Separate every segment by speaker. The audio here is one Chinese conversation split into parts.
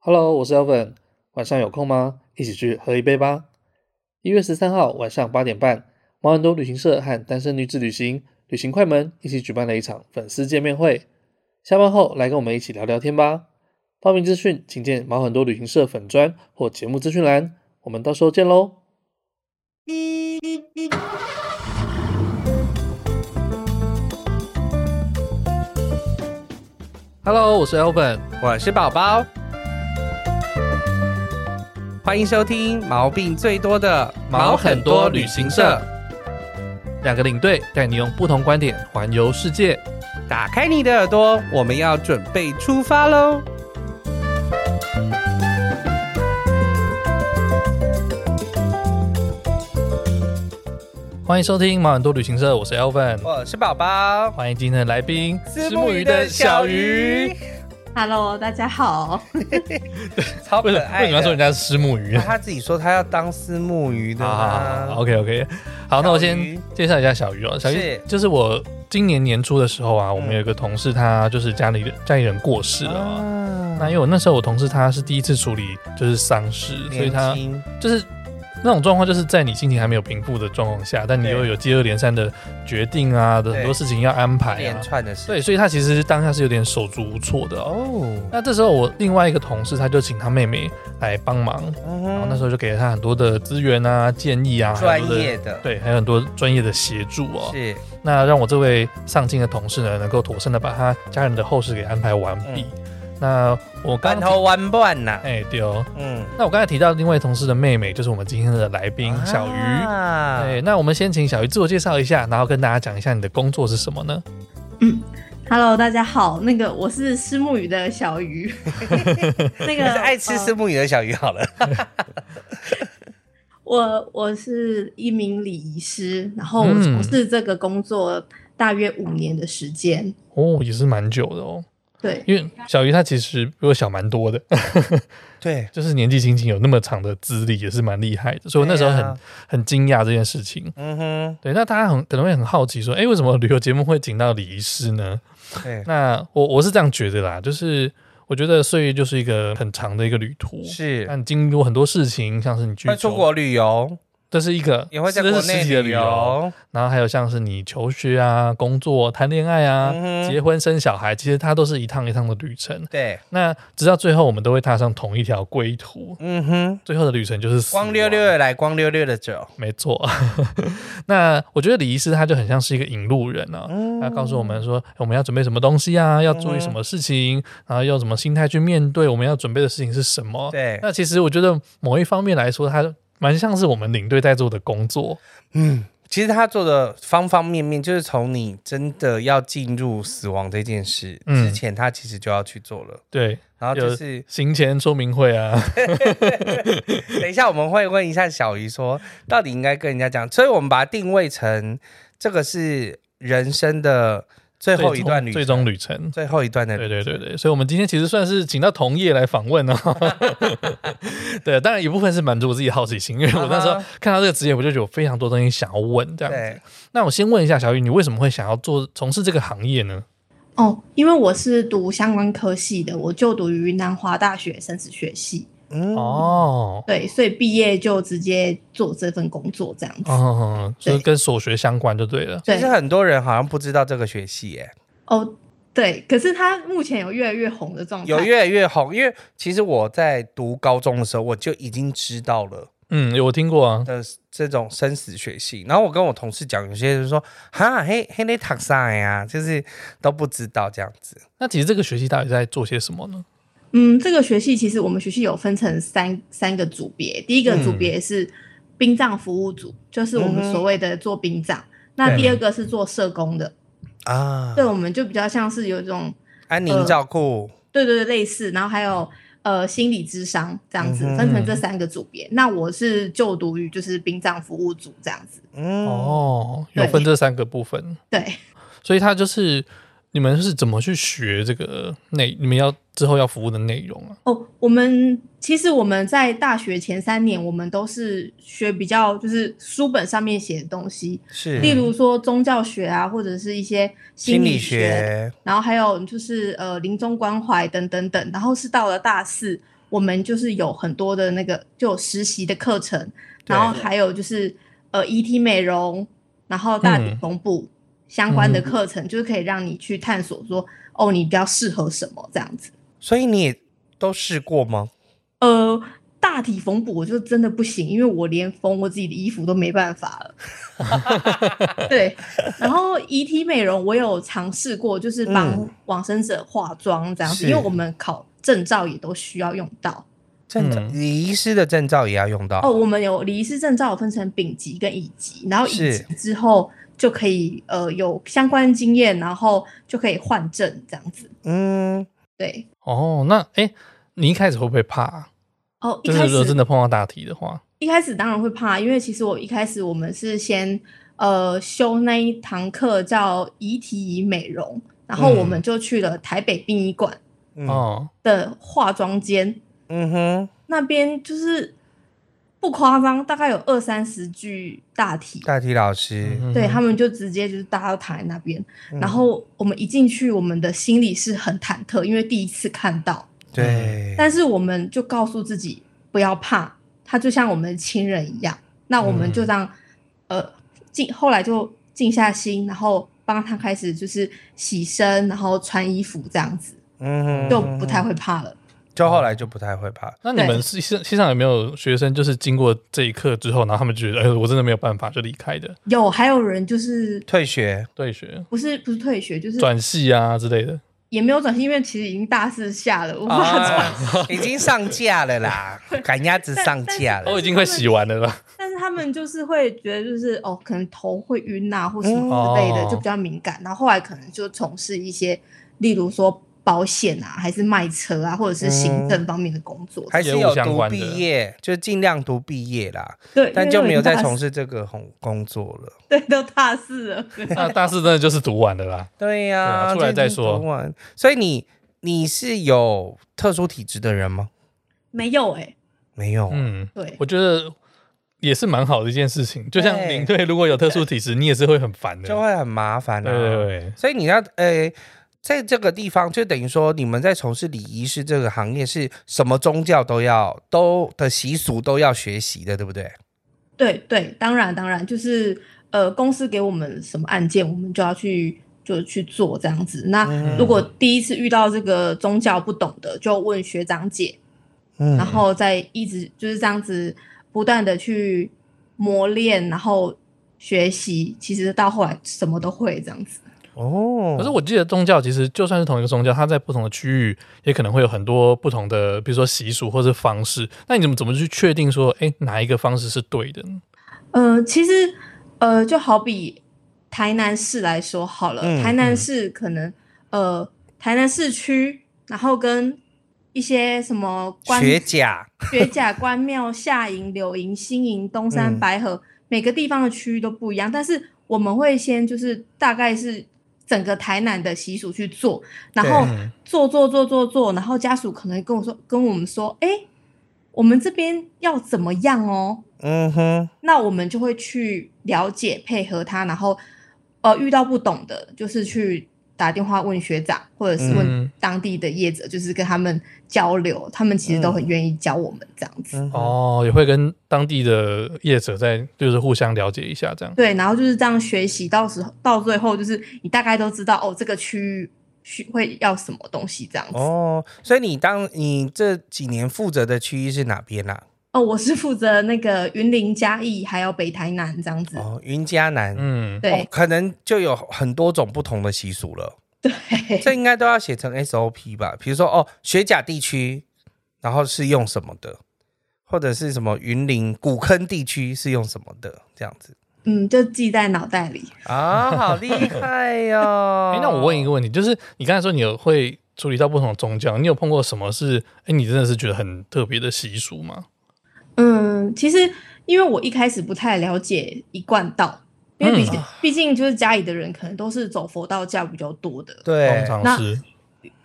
Speaker 1: Hello，我是 Elvin，晚上有空吗？一起去喝一杯吧。一月十三号晚上八点半，毛很多旅行社和单身女子旅行旅行快门一起举办了一场粉丝见面会。下班后来跟我们一起聊聊天吧。报名资讯请见毛很多旅行社粉砖或节目资讯栏。我们到时候见喽。Hello，我是 Elvin。
Speaker 2: 我是宝宝，欢迎收听毛病最多的
Speaker 1: 毛很多旅行社，两个领队带你用不同观点环游世界。
Speaker 2: 打开你的耳朵，我们要准备出发喽！
Speaker 1: 欢迎收听毛很多旅行社，我是 Elvin。
Speaker 2: 我是宝宝，
Speaker 1: 欢迎今天的来宾，
Speaker 2: 思慕鱼的小鱼，，
Speaker 3: Hello，大家好。
Speaker 2: 超
Speaker 1: 为什么为
Speaker 2: 可爱啊
Speaker 1: 什么要说人
Speaker 2: 的。
Speaker 1: 家是哦虱目鱼
Speaker 2: 啊？他自己说他要当丝木鱼的
Speaker 1: 好好好
Speaker 2: 啊，
Speaker 1: ，OK OK，好，那我先
Speaker 2: 小鱼
Speaker 1: 介绍一下小鱼哦。小鱼
Speaker 2: 是
Speaker 1: 就是我今年年初的时候啊，我们
Speaker 2: 嗯
Speaker 1: 有一个同事，他就是家里的家里人过世了嘛。那
Speaker 2: 啊，
Speaker 1: 因为我那时候我同事他是第一次处理就是丧事，所以他
Speaker 2: 年轻
Speaker 1: 就是那种状况，就是在你心情还没有平复的状况下，但你
Speaker 2: 对
Speaker 1: 又有接二连三的决定啊的
Speaker 2: 对
Speaker 1: 很多事情要安排
Speaker 2: 一
Speaker 1: 啊
Speaker 2: 连，串的事，
Speaker 1: 对，所以他其实当下是有点手足无措的哦。
Speaker 2: 哦，
Speaker 1: 那这时候我另外一个同事他就请他妹妹来帮忙，然后
Speaker 2: 嗯
Speaker 1: 哦那时候就给了他很多的资源啊、建议啊，还有
Speaker 2: 专
Speaker 1: 很多的
Speaker 2: 业的
Speaker 1: 对，还有很多专业的协助哦。
Speaker 2: 是
Speaker 1: 那让我这位上进的同事呢，能够妥善的把他家人的后事给安排完毕。
Speaker 2: 嗯
Speaker 1: 那我刚
Speaker 2: 班头玩伴呐，
Speaker 1: 哎对哦，
Speaker 2: 嗯，
Speaker 1: 那我刚才提到另外同事的妹妹，就是我们今天的来宾小鱼。
Speaker 2: 啊
Speaker 1: 对，那我们先请小鱼自我介绍一下，然后跟大家讲一下你的工作是什么呢？
Speaker 3: Hello，大家好。那个我是虱目鱼的小 鱼。那个
Speaker 2: 你是爱吃
Speaker 3: 呃
Speaker 2: 丝木鱼的小鱼好 了。
Speaker 3: 我我是一名礼仪师，然后我
Speaker 1: 嗯
Speaker 3: 从事这个工作大约五年的时间。
Speaker 1: 哦，也是蛮久的哦，
Speaker 3: 对，
Speaker 1: 因为小鱼她其实比我小蛮多的，
Speaker 2: 对，
Speaker 1: 就是年纪轻轻有那么长的资历，也是蛮厉害的。所以我那时候很、
Speaker 2: 对啊
Speaker 1: 很惊讶这件事情。
Speaker 2: 嗯
Speaker 1: 对，那大家很可能会很好奇说，哎，为什么旅游节目会请到礼仪师呢？
Speaker 2: 哼，对，
Speaker 1: 那我我是这样觉得啦，就是我觉得岁月就是一个很长的一个旅途，
Speaker 2: 是
Speaker 1: 那你经历过很多事情，像是你去
Speaker 2: 会出
Speaker 1: 求
Speaker 2: 国旅游，
Speaker 1: 这是一个，
Speaker 2: 也会在
Speaker 1: 这
Speaker 2: 国
Speaker 1: 是实
Speaker 2: 内
Speaker 1: 体的
Speaker 2: 旅
Speaker 1: 旅游，
Speaker 2: 游，
Speaker 1: 然后还有像是你求学啊、工作、谈恋爱啊、
Speaker 2: 嗯哼
Speaker 1: 结婚、生小孩，其实它都是一趟一趟的旅程。
Speaker 2: 对，
Speaker 1: 那直到最后，我们都会踏上同一条归途。
Speaker 2: 嗯哼，
Speaker 1: 最后的旅程就是啊死亡
Speaker 2: 光溜溜，的来，光溜溜的走，
Speaker 1: 没错。 那我觉得李医师他就很像是一个引路人啊，
Speaker 2: 嗯
Speaker 1: 他告诉我们说哎我们要准备什么东西啊，要注意什么事情，然后用什么心态去面对我们要准备的事情是什么。
Speaker 2: 对，
Speaker 1: 那其实我觉得某一方面来说，它蛮像是我们领队在做的工作。
Speaker 2: 嗯。其实他做的方方面面，就是从你真的要进入死亡这件事、
Speaker 1: 嗯
Speaker 2: 之前，他其实就要去做了。
Speaker 1: 对，
Speaker 2: 然后就是，
Speaker 1: 行前说明会啊，
Speaker 2: 等一下我们会问一下小鱼说，到底应该跟人家讲，所以我们把它定位成这个是人生的 最后一段旅
Speaker 1: 最
Speaker 2: 程，
Speaker 1: 终旅程。
Speaker 2: 最后一段的
Speaker 1: 对对对对，所以我们今天其实算是请到同业来访问哦。 对，当然一部分是满足我自己好奇心，因为我那时候
Speaker 2: 啊哈
Speaker 1: 看到这个职业，我就有非常多东西想要问这样子
Speaker 2: 对。
Speaker 1: 那我先问一下小雨，你为什么会想要做从事这个行业呢？
Speaker 3: 哦，因为我是读相关科系的，我就读于南华大学生死学系。
Speaker 2: 嗯
Speaker 1: 哦。
Speaker 3: 对，所以毕业就直接做这份工作这样子。
Speaker 1: 哦，就是
Speaker 3: 对
Speaker 1: 跟所学相关就对了。
Speaker 3: 对
Speaker 2: 其实很多人好像不知道这个学系耶，
Speaker 3: 哦，对，可是他目前有越来越红的状态。
Speaker 2: 有越来越红。因为其实我在读高中的时候，我就已经知道了
Speaker 1: 嗯，有我听过啊。
Speaker 2: 的这种生死学系。然后我跟我同事讲，有些人说哈，黑黑雷塔萨呀，就是都不知道这样子。
Speaker 1: 那其实这个学期到底在做些什么呢？
Speaker 3: 嗯，这个学系其实我们学系有分成三三个组别，第一个
Speaker 2: 嗯
Speaker 3: 组别是殡葬服务组，就是我们所谓的做殡葬；那第二个是做社工的，
Speaker 2: 啊
Speaker 3: 对，我们就比较像是有一种
Speaker 2: 安宁照顾，
Speaker 3: 对对对类似，然后还有呃心理智商这样子，
Speaker 2: 嗯哼
Speaker 3: 分成这三个组别。那我是就读于就是殡葬服务组这样子，
Speaker 2: 嗯，
Speaker 1: 哦，有分这三个部分，
Speaker 3: 对。
Speaker 1: 所以它就是你们是怎么去学这个内，你们要之后要服务的内容啊？
Speaker 3: 哦，我们其实我们在大学前三年，我们都是学比较就是书本上面写的东西，
Speaker 2: 是
Speaker 3: 例如说宗教学啊，或者是一些
Speaker 2: 心
Speaker 3: 理
Speaker 2: 理学，
Speaker 3: 然后还有就是呃临终关怀等等等。然后是到了大四，我们就是有很多的那个就有实习的课程，
Speaker 2: 对
Speaker 3: 然后还有就是呃遗体美容，然后大体
Speaker 2: 嗯
Speaker 3: 缝补相关的课程，就是可以让你去探索说哦你比较适合什么这样子。
Speaker 2: 所以你也都试过吗？
Speaker 3: 呃，大体缝补我就真的不行，因为我连缝我自己的衣服都没办法了。 对，然后遗体美容我有尝试过，就是帮
Speaker 2: 嗯
Speaker 3: 往生者化妆这样子，
Speaker 2: 是
Speaker 3: 因为我们考证照也都需要用到。
Speaker 2: 证照，
Speaker 4: 嗯
Speaker 2: 礼仪师的证照也要用到
Speaker 3: 哦，我们有礼仪师证照，有分成丙级跟乙级，然后乙
Speaker 2: 是
Speaker 3: 级之后就可以呃有相关经验，然后就可以换证这样子。
Speaker 2: 嗯，
Speaker 3: 对，
Speaker 4: 哦，那哎、诶你一开始会不会怕、啊？
Speaker 3: 哦，一
Speaker 4: 就是
Speaker 3: 开
Speaker 4: 如果
Speaker 3: 始
Speaker 4: 真的碰到大题的话，
Speaker 3: 一开始当然会怕，因为其实我一开始我们是先呃修那一堂课叫遗体与美容，然后我们就去了台北殡仪馆
Speaker 2: 嗯
Speaker 4: 哦，
Speaker 3: 的化妆间，
Speaker 2: 嗯哼，
Speaker 3: 那边就是不夸张，大概有二三十具大体，
Speaker 2: 大体老师，
Speaker 4: 嗯
Speaker 3: 对他们就直接就是大家都躺在那边，
Speaker 2: 嗯
Speaker 3: 然后我们一进去，我们的心里是很忐忑，因为第一次看到，
Speaker 2: 对，
Speaker 3: 但是我们就告诉自己不要怕，他就像我们的亲人一样。那我
Speaker 2: 嗯
Speaker 3: 们就让、呃静，后来就静下心，然后帮他开始就是洗身，然后穿衣服这样子，
Speaker 2: 嗯哼，
Speaker 3: 就不太会怕了。
Speaker 2: 就后来就不太会怕。
Speaker 4: 那你们
Speaker 3: 对
Speaker 4: 是现现场有没有学生就是经过这一课之后，然后他们觉得，哎，我真的没有办法就离开的，
Speaker 3: 有还有人就是
Speaker 2: 退学，
Speaker 4: 对学
Speaker 3: 不是不是退学，就是
Speaker 4: 转系啊之类的，
Speaker 3: 也没有转系，因为其实已经大四下了，无法 转。
Speaker 2: 啊已经上架了 啦，赶鸭子上架
Speaker 3: 但
Speaker 2: 了
Speaker 4: 哦我已经快洗完了啦。
Speaker 3: 但是他们就是会觉得，就是哦，可能头会晕啊，或什么之类的，
Speaker 4: 嗯
Speaker 2: 哦
Speaker 3: 就比较敏感。然后后来可能就从事一些，例如说保险啊，还是卖车啊，或者是行政方面的工作。
Speaker 2: 嗯还是有
Speaker 4: 业务相
Speaker 2: 读
Speaker 4: 关的
Speaker 2: 毕业，就尽量读毕业啦，
Speaker 3: 对，
Speaker 2: 但
Speaker 3: 因为
Speaker 2: 就没有
Speaker 3: 都已经
Speaker 2: 再
Speaker 3: 大
Speaker 2: 从事这个工工作了。
Speaker 3: 对，都大四了。
Speaker 4: 那大四真的就是读完了啦。
Speaker 2: 对呀、
Speaker 4: 对啊出来再说
Speaker 2: 这已经读完。所以你你是有特殊体质的人吗？
Speaker 3: 没有哎、
Speaker 2: 没有，
Speaker 4: 嗯，
Speaker 3: 对
Speaker 4: 我觉得也是蛮好的一件事情。就像
Speaker 2: 对
Speaker 4: 领队如果有特殊体质，你也是会很烦的。
Speaker 2: 就会很麻烦啊。
Speaker 4: 对对对，
Speaker 2: 所以你要呃，在这个地方，就等于说你们在从事礼仪师这个行业，是什么宗教都要都的习俗都要学习的，对不对？
Speaker 3: 对对，当然当然，就是呃，公司给我们什么案件，我们就要去就去做这样子。那如果第一次遇到这个宗教不懂的，就问学长姐。
Speaker 2: 嗯
Speaker 3: 然后再一直就是这样子不断的去磨练，然后学习，其实到后来什么都会这样子。
Speaker 2: 哦，
Speaker 4: 可是我记得宗教其实就算是同一个宗教，它在不同的区域也可能会有很多不同的，比如说习俗或是方式。那你怎么怎么去确定说，哎，哪一个方式是对的呢？
Speaker 3: 呃，其实呃，就好比台南市来说好了，
Speaker 2: 嗯
Speaker 3: 台南市可能、呃，台南市区，然后跟一些什么关
Speaker 2: 学甲，
Speaker 3: 学甲、关庙、下营、柳营、新营、东山、
Speaker 2: 嗯
Speaker 3: 白河，每个地方的区域都不一样，但是我们会先就是大概是整个台南的习俗去做，然后
Speaker 2: 哦
Speaker 4: 嗯
Speaker 3: 做做做做做，然后家属可能跟我说跟我们说，哎、我们这边要怎么样哦？
Speaker 2: 嗯哼，
Speaker 3: 那我们就会去了解配合他，然后呃遇到不懂的，就是去打电话问学长，或者是
Speaker 4: 嗯
Speaker 3: 问当地的业者，就是跟他们交流，他们其实都很愿意教我们这样子。
Speaker 2: 嗯哼，
Speaker 4: 哦，也会跟当地的业者在就是互相了解一下这样。
Speaker 3: 对，然后就是这样学习，到时候到最后就是你大概都知道哦，这个区域需会要什么东西这样子。哦，
Speaker 2: 哦，所以你当你这几年负责的区域是哪边
Speaker 4: 嗯
Speaker 2: 啊？
Speaker 3: 哦我是负责那个云林嘉义还有北台南这样子。
Speaker 2: 哦，云嘉南。
Speaker 4: 嗯，
Speaker 3: 对、
Speaker 2: 哦，可能就有很多种不同的习俗了，
Speaker 3: 对，
Speaker 2: 这应该都要写成 SOP 吧？比如说哦，学甲地区，然后是用什么的，或者是什么云林古坑地区是用什么的，这样子
Speaker 3: 嗯，就记在脑袋里。
Speaker 2: 啊、好 厉害哟、
Speaker 4: 哎、那我问一个问题，就是你刚才说你有会处理到不同的宗教，你有碰过什么是哎、你真的是觉得很特别的习俗吗？
Speaker 3: 嗯，其实因为我一开始不太了解一贯道，因
Speaker 2: 嗯
Speaker 3: 为毕竟、毕竟就是家里的人可能都是走佛道教比较多的，
Speaker 4: 通
Speaker 2: 对，
Speaker 4: 常是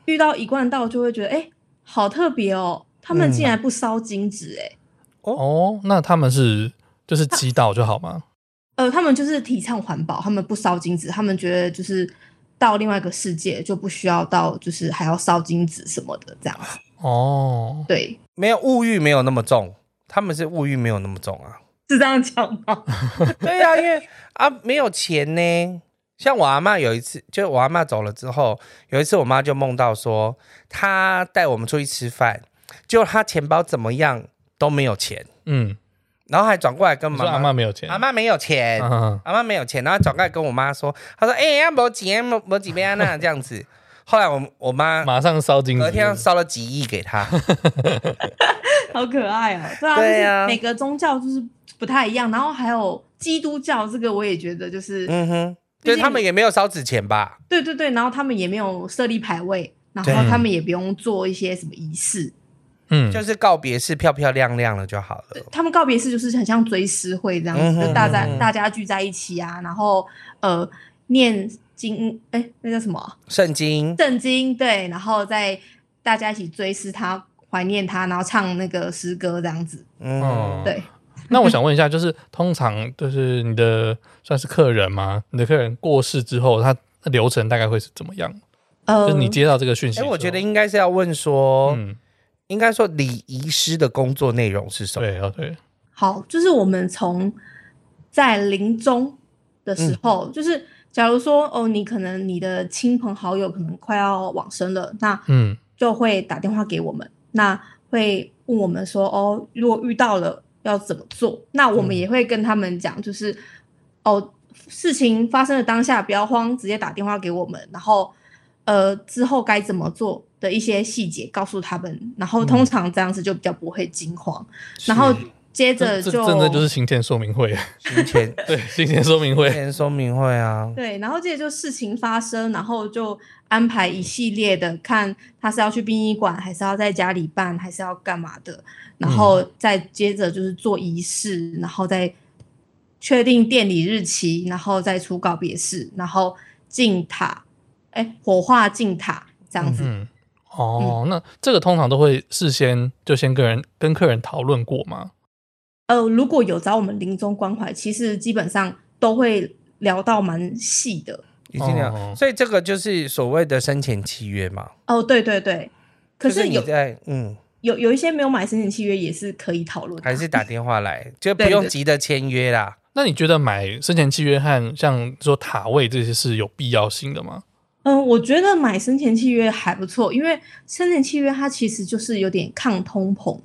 Speaker 3: 遇到一贯道就会觉得哎、诶好特别哦，他们
Speaker 2: 嗯
Speaker 3: 竟然不烧金纸哎、诶
Speaker 4: 哦，那他们是就是祈祷就好吗？
Speaker 3: 呃，他们就是提倡环保，他们不烧金纸，他们觉得就是到另外一 个世界就不需要到，就是还要烧金纸什么的这样子。
Speaker 4: 哦，
Speaker 3: 对，
Speaker 2: 没有物欲没有那么重，他们是物欲没有那么重啊。
Speaker 3: 是这样讲吗？
Speaker 2: 对呀、因为啊没有钱呢。像我阿妈有一次，就我阿妈走了之后，有一次我妈就梦到说，她带我们出去吃饭，就她钱包怎么样都没有钱，
Speaker 1: 嗯，
Speaker 2: 然后还转过来跟
Speaker 1: 你
Speaker 2: 妈
Speaker 1: 说阿
Speaker 2: 妈
Speaker 1: 妈，没有钱，
Speaker 2: 阿妈没有钱，
Speaker 4: 啊
Speaker 1: 嗯，
Speaker 2: 阿妈没有钱，然后转过来跟我妈说，她说：“哎、欸，没钱，没没几杯安娜这样子。”后来我我妈
Speaker 1: 马上烧金
Speaker 2: 啊隔天
Speaker 1: 子，
Speaker 2: 烧了几亿给 她，
Speaker 3: 好可爱哦、对啊，
Speaker 2: 对
Speaker 3: 就
Speaker 2: 啊
Speaker 3: 是每个宗教就是不太一样，然后还有基督教这个，我也觉得就是、
Speaker 2: 嗯哼，
Speaker 3: 毕
Speaker 2: 对
Speaker 3: 竟
Speaker 2: 他们也没有烧纸钱吧？
Speaker 1: 嗯
Speaker 3: 对对对，然后他们也没有设立牌位，然后
Speaker 1: 对
Speaker 3: 他们也不用做一些什么仪式，
Speaker 1: 嗯，
Speaker 2: 就是是告别式漂漂亮亮了就好了。
Speaker 3: 他们告别式就是很像追思会这样
Speaker 2: 嗯
Speaker 3: 子，
Speaker 2: 哼
Speaker 3: 就大家
Speaker 2: 嗯哼
Speaker 3: 大家聚在一起啊，然后呃念经，哎，那叫什么啊？
Speaker 2: 圣经，
Speaker 3: 圣经，对，然后再大家一起追思他、怀念他，然后唱那个诗歌这样子。
Speaker 2: 嗯
Speaker 1: 哦，
Speaker 3: 对，
Speaker 1: 那我想问一下，就是通常就是你的算是客人吗？你的客人过世之后，他那流程大概会是怎么样？
Speaker 3: 呃
Speaker 1: 就是你接到这个讯息
Speaker 2: 哎、
Speaker 1: 之后，
Speaker 2: 我觉得应该是要问说，
Speaker 1: 嗯，
Speaker 2: 应该说礼仪师的工作内容是什么？
Speaker 1: 对哦对，
Speaker 3: 好，就是我们从在临终的
Speaker 2: 嗯
Speaker 3: 时候，就是假如说哦，你可能你的亲朋好友可能快要往生了，那
Speaker 1: 嗯
Speaker 3: 就会打电话给我们，那会问我们说，哦，如果遇到了要怎么做？那我
Speaker 1: 嗯
Speaker 3: 们也会跟他们讲，就是、哦，事情发生的当下不要慌，直接打电话给我们，然后呃之后该怎么做的一些细节告诉他们，
Speaker 1: 嗯
Speaker 3: 然后通常这样子就比较不会惊慌，然后接着
Speaker 1: 这这
Speaker 3: 就
Speaker 1: 真的就是行前说明会，
Speaker 2: 行前
Speaker 1: 对，行前说明会，
Speaker 2: 前说明会啊，
Speaker 3: 对，然后接着就事情发生，然后就安排一系列的，看他是要去殡仪馆，还是要在家里办，还是要干嘛的，然后
Speaker 2: 嗯
Speaker 3: 再接着就是做仪式，然后再确定店里日期，然后再出告别式，然后进塔，哎，火化进塔这样子。
Speaker 1: 嗯。哦，那这个通常都会事先就先跟人跟客人讨论过吗？
Speaker 3: 呃，如果有找我们临终关怀，其实基本上都会聊到蛮细的，
Speaker 2: 已经了，
Speaker 1: 哦
Speaker 2: 所以这个就是所谓的生前契约嘛。
Speaker 3: 哦，对对对，可
Speaker 2: 就是你
Speaker 3: 有
Speaker 2: 在嗯，
Speaker 3: 有有一些没有买生前契约也是可以讨论的，
Speaker 2: 还是打电话来， 就不
Speaker 3: 对
Speaker 2: 用
Speaker 3: 对
Speaker 2: 急着签约啦。
Speaker 1: 那你觉得买生前契约和像说塔位这些是有必要性的吗？
Speaker 3: 嗯，我觉得买生前契约还不错，因为生前契约它其实就是有点抗通膨。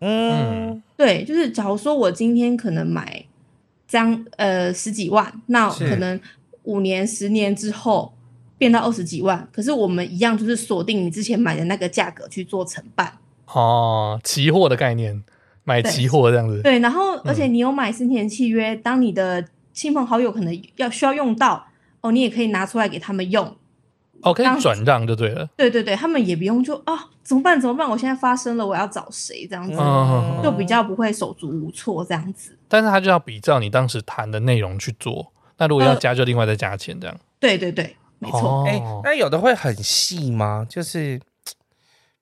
Speaker 2: 嗯，
Speaker 3: 对，就是假如说我今天可能买张呃十几万，那
Speaker 2: 是
Speaker 3: 可能五年、十年之后变到二十几万，可是我们一样就是锁定你之前买的那个价格去做承办。
Speaker 1: 哦，期货的概念，买
Speaker 3: 对
Speaker 1: 期货这样子。
Speaker 3: 对，然后而且你有买生前契约，当你的亲朋好友可能要需要用到哦，你也可以拿出来给他们用。
Speaker 1: 哦，可
Speaker 3: 当
Speaker 1: 以
Speaker 3: 时
Speaker 1: 转让就对了。
Speaker 3: 对对对，他们也不用就啊怎么办怎么办，我现在发生了，我要找谁这样子。
Speaker 1: 嗯
Speaker 3: 就比
Speaker 2: 哦
Speaker 3: 较不会手足无措这样子。
Speaker 1: 但是他就要比照你当时谈的内容去做。那如果要
Speaker 3: 呃
Speaker 1: 加，就另外再加钱这样。
Speaker 3: 对对对，没错。
Speaker 1: 哦
Speaker 2: 哎、那有的会很细吗？就是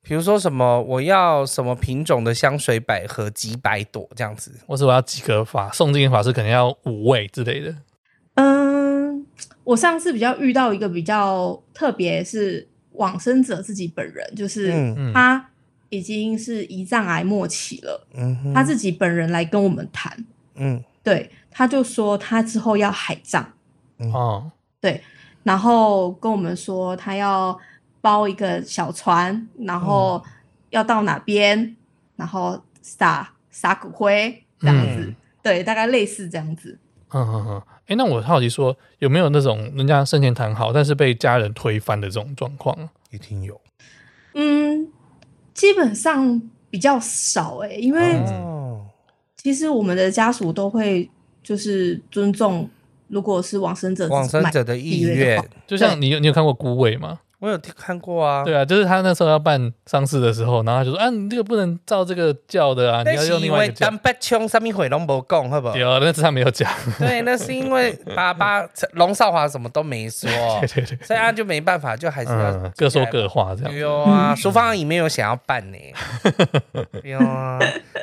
Speaker 2: 比如说什么，我要什么品种的香水百合几百朵这样子。
Speaker 1: 或者我要几个法送进法师，可能要五位之类的。
Speaker 3: 嗯，我上次比较遇到一个比较特别，是往生者自己本人，就是
Speaker 2: 嗯
Speaker 1: 嗯
Speaker 3: 他已经是胰脏癌末期了，
Speaker 2: 嗯哼，
Speaker 3: 他自己本人来跟我们谈，
Speaker 2: 嗯
Speaker 3: 对，他就说他之后要海葬，
Speaker 1: 哦，
Speaker 3: 然后跟我们说他要包一个小船，然
Speaker 2: 哦
Speaker 3: 后要到哪边，然后撒撒骨灰这样子，
Speaker 2: 嗯
Speaker 3: 对，大概类似这样子。
Speaker 1: 嗯嗯嗯。哎、那我好奇说，有没有那种人家生前谈好，但是被家人推翻的这种状况？
Speaker 2: 一定有。
Speaker 3: 嗯，基本上比较少诶、因为
Speaker 1: 嗯
Speaker 2: 哦，
Speaker 3: 其实我们的家属都会就是尊重，如果是往生者
Speaker 2: 往生者
Speaker 3: 自
Speaker 2: 的
Speaker 3: 己买
Speaker 2: 意
Speaker 3: 契约的
Speaker 2: 愿
Speaker 3: 话，
Speaker 1: 就像你有你有看过孤位吗？
Speaker 2: 我有听看过啊。
Speaker 1: 对啊，就是他那时候要办丧事的时候，然后他就说啊，你这个不能照这个教的啊，你
Speaker 2: 那
Speaker 1: 要
Speaker 2: 是
Speaker 1: 用
Speaker 2: 因
Speaker 1: 另外
Speaker 2: 为
Speaker 1: 一个教
Speaker 2: 单。八枪上面毁龙不讲，好不好？
Speaker 1: 对啊，但是他没有讲。
Speaker 2: 对，那是因为爸爸龙少华什么都没说，
Speaker 3: 哦
Speaker 1: 对 对对，
Speaker 2: 所以他就没办法，就还是要
Speaker 1: 嗯，各说各话这样。
Speaker 2: 有啊，淑芳阿姨没有想要办 呢、有啊，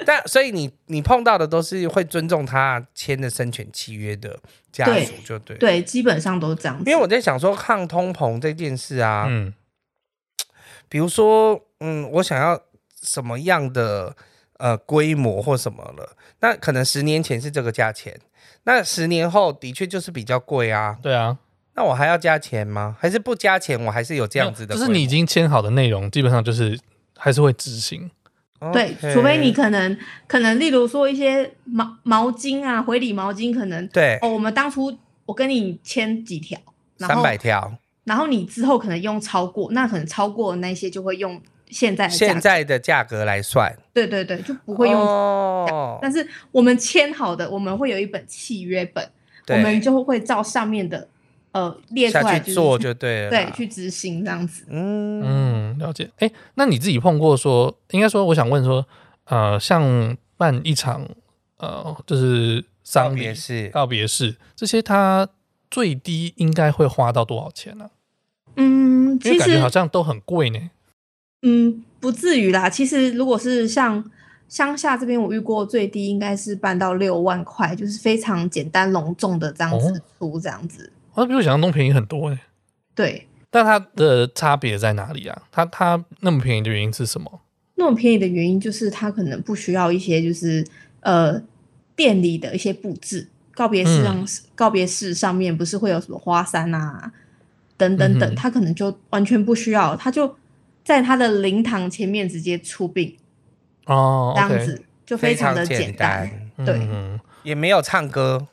Speaker 2: 但所以你你碰到的都是会尊重他签的生前契约的家属，就对。，
Speaker 3: 对，基本上都这样子。
Speaker 2: 因为我在想说抗通膨这件事啊，
Speaker 1: 嗯
Speaker 2: 比如说，嗯，我想要什么样的呃规模或什么了。那可能十年前是这个价钱，那十年后的确就是比较贵啊。
Speaker 1: 对啊，
Speaker 2: 那我还要加钱吗？还是不加钱，我还是有这样子的
Speaker 1: 就
Speaker 2: 规
Speaker 1: 是
Speaker 2: 模？
Speaker 1: 你已经签好的内容，基本上就是还是会执行。
Speaker 3: 对
Speaker 2: OK
Speaker 3: 除非你可能可能，例如说一些毛毛巾啊，回礼毛巾，可能
Speaker 2: 对
Speaker 3: 哦，我们当初我跟你签几条，然
Speaker 2: 三
Speaker 3: 后
Speaker 2: 百条，
Speaker 3: 然后你之后可能用超过，那可能超过的那些就会用现在的哎价格
Speaker 2: 现在的价格来算，
Speaker 3: 对对对，就不会用。
Speaker 2: 哦
Speaker 3: 但是我们签好的，我们会有一本契约本，我
Speaker 2: 对
Speaker 3: 们就会照上面的呃列出来
Speaker 2: 下
Speaker 3: 就
Speaker 2: 去
Speaker 3: 是
Speaker 2: 做就对了啦。
Speaker 3: 对去执行这样子。
Speaker 2: 嗯，
Speaker 1: 嗯，了解。哎，那你自己碰过说，应该说我想问说，呃，像办一场呃，就是丧礼
Speaker 2: 也、是
Speaker 1: 告别式这些，它最低应该会花到多少钱呢、
Speaker 3: 嗯，
Speaker 1: 因为
Speaker 3: 其
Speaker 1: 感觉
Speaker 3: 实
Speaker 1: 好像都很贵呢。
Speaker 3: 嗯不至于啦。其实如果是像乡下这边，我遇过最低应该是办到六万块，就是非常简单隆重的这样子
Speaker 2: 哦
Speaker 3: 出这样子。
Speaker 1: 它哦比我想象中便宜很多呢。
Speaker 3: 对，
Speaker 1: 但它的差别在哪里啊？它它那么便宜的原因是什么？
Speaker 3: 那么便宜的原因就是它可能不需要一些就是呃店里的一些布置，告别式上、告别式上面不是会有什么花衫啊等等
Speaker 1: 嗯哼
Speaker 3: 等，它可能就完全不需要，它就在它的灵堂前面直接出殡
Speaker 1: 哦
Speaker 3: 这样
Speaker 1: ，OK，
Speaker 3: 子。就非常的
Speaker 2: 简
Speaker 3: 单，对
Speaker 1: 嗯
Speaker 2: 也没有唱歌，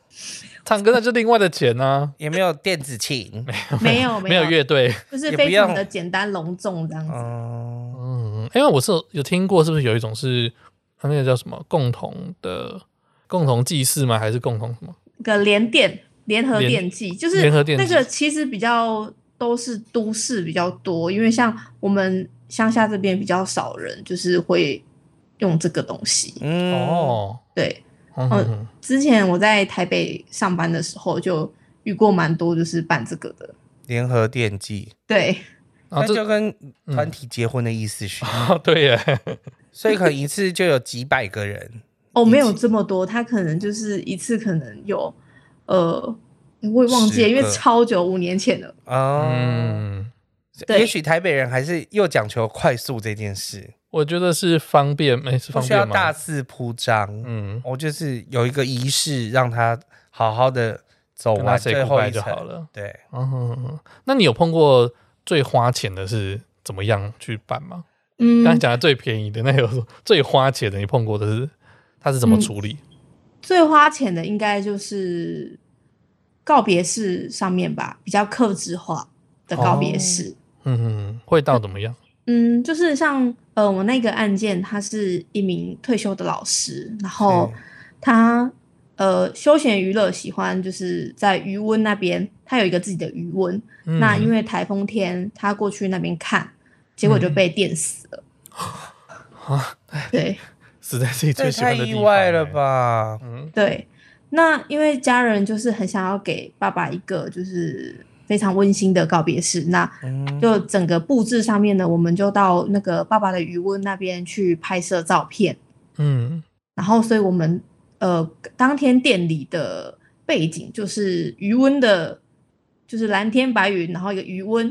Speaker 1: 唱歌那是另外的钱啊，
Speaker 2: 也没有电子琴，
Speaker 3: 没有
Speaker 1: 没有乐队。
Speaker 3: 就是
Speaker 2: 也不
Speaker 3: 非
Speaker 2: 用
Speaker 3: 常的简单隆重这样子。
Speaker 2: 嗯，
Speaker 1: 嗯，因为我是有有听过，是不是有一种是它那个叫什么共同的共同祭祀吗？还是共同什么？
Speaker 3: 那个联电联合
Speaker 1: 联
Speaker 3: 电器，就是
Speaker 1: 联合电器
Speaker 3: 那个其实比较都是都市比较多，因为像我们乡下这边比较少人就是会用这个东西。
Speaker 2: 嗯，
Speaker 1: 哦，
Speaker 3: 对，
Speaker 1: 嗯
Speaker 3: 哦
Speaker 1: 嗯
Speaker 3: 之前我在台北上班的时候就遇过蛮多就是办这个的。
Speaker 2: 联合电机，
Speaker 3: 对，
Speaker 1: 然后
Speaker 2: 那
Speaker 1: 啊这嗯
Speaker 2: 就跟团体结婚的意 思是，
Speaker 1: 哦对耶，
Speaker 2: 所以可能一次就有几百个人，
Speaker 3: 哦，没有
Speaker 2: 一起
Speaker 3: 这么多，他可能就是一次可能有呃。我也忘记了，
Speaker 2: 十
Speaker 3: 因
Speaker 2: 个
Speaker 3: 为超久五年前了。
Speaker 2: 哦，
Speaker 1: 嗯，
Speaker 3: 对
Speaker 2: 也许台北人还是又讲求快速这件事，
Speaker 1: 我觉得是方便，哎、是
Speaker 2: 不
Speaker 1: 方
Speaker 2: 需要
Speaker 1: 便
Speaker 2: 大
Speaker 1: 吗？
Speaker 2: 肆铺张，
Speaker 1: 嗯，
Speaker 2: 我就是有一个仪式让他好好的走
Speaker 1: 跟他
Speaker 2: 完
Speaker 1: say
Speaker 2: 最后
Speaker 1: goodbye
Speaker 2: 一
Speaker 1: 就
Speaker 2: 层
Speaker 1: 好，了。
Speaker 2: 对。
Speaker 1: 嗯，那你有碰过最花钱的是怎么样去办吗？
Speaker 3: 嗯，
Speaker 1: 刚才讲的最便宜的，那有最花钱的，你碰过的是他是怎么
Speaker 3: 嗯
Speaker 1: 处理？
Speaker 3: 最花钱的应该就是告别式上面吧，比较克制化的告别式。
Speaker 1: 嗯，会到怎么样？
Speaker 3: 嗯，就是像呃，我那个案件，他是一名退休的老师，然后他呃休闲娱乐喜欢就是在余温那边，他有一个自己的余温。
Speaker 1: 嗯
Speaker 3: 那因为台风天，他过去那边看，结果就被电死了。对，
Speaker 1: 死在自己
Speaker 2: 这
Speaker 1: 最
Speaker 2: 也
Speaker 1: 喜
Speaker 2: 太
Speaker 1: 欢的
Speaker 2: 意
Speaker 1: 地方、
Speaker 2: 外了
Speaker 1: 欸？
Speaker 2: 吧！
Speaker 1: 嗯
Speaker 3: 对，那因为家人就是很想要给爸爸一个就是非常温馨的告别式，那
Speaker 2: 嗯，
Speaker 3: 就整个布置上面呢，我们就到那个爸爸的余温那边去拍摄照片，
Speaker 1: 嗯，
Speaker 3: 然后所以我们呃当天店里的背景就是余温的，就是蓝天白云，然后一个余温，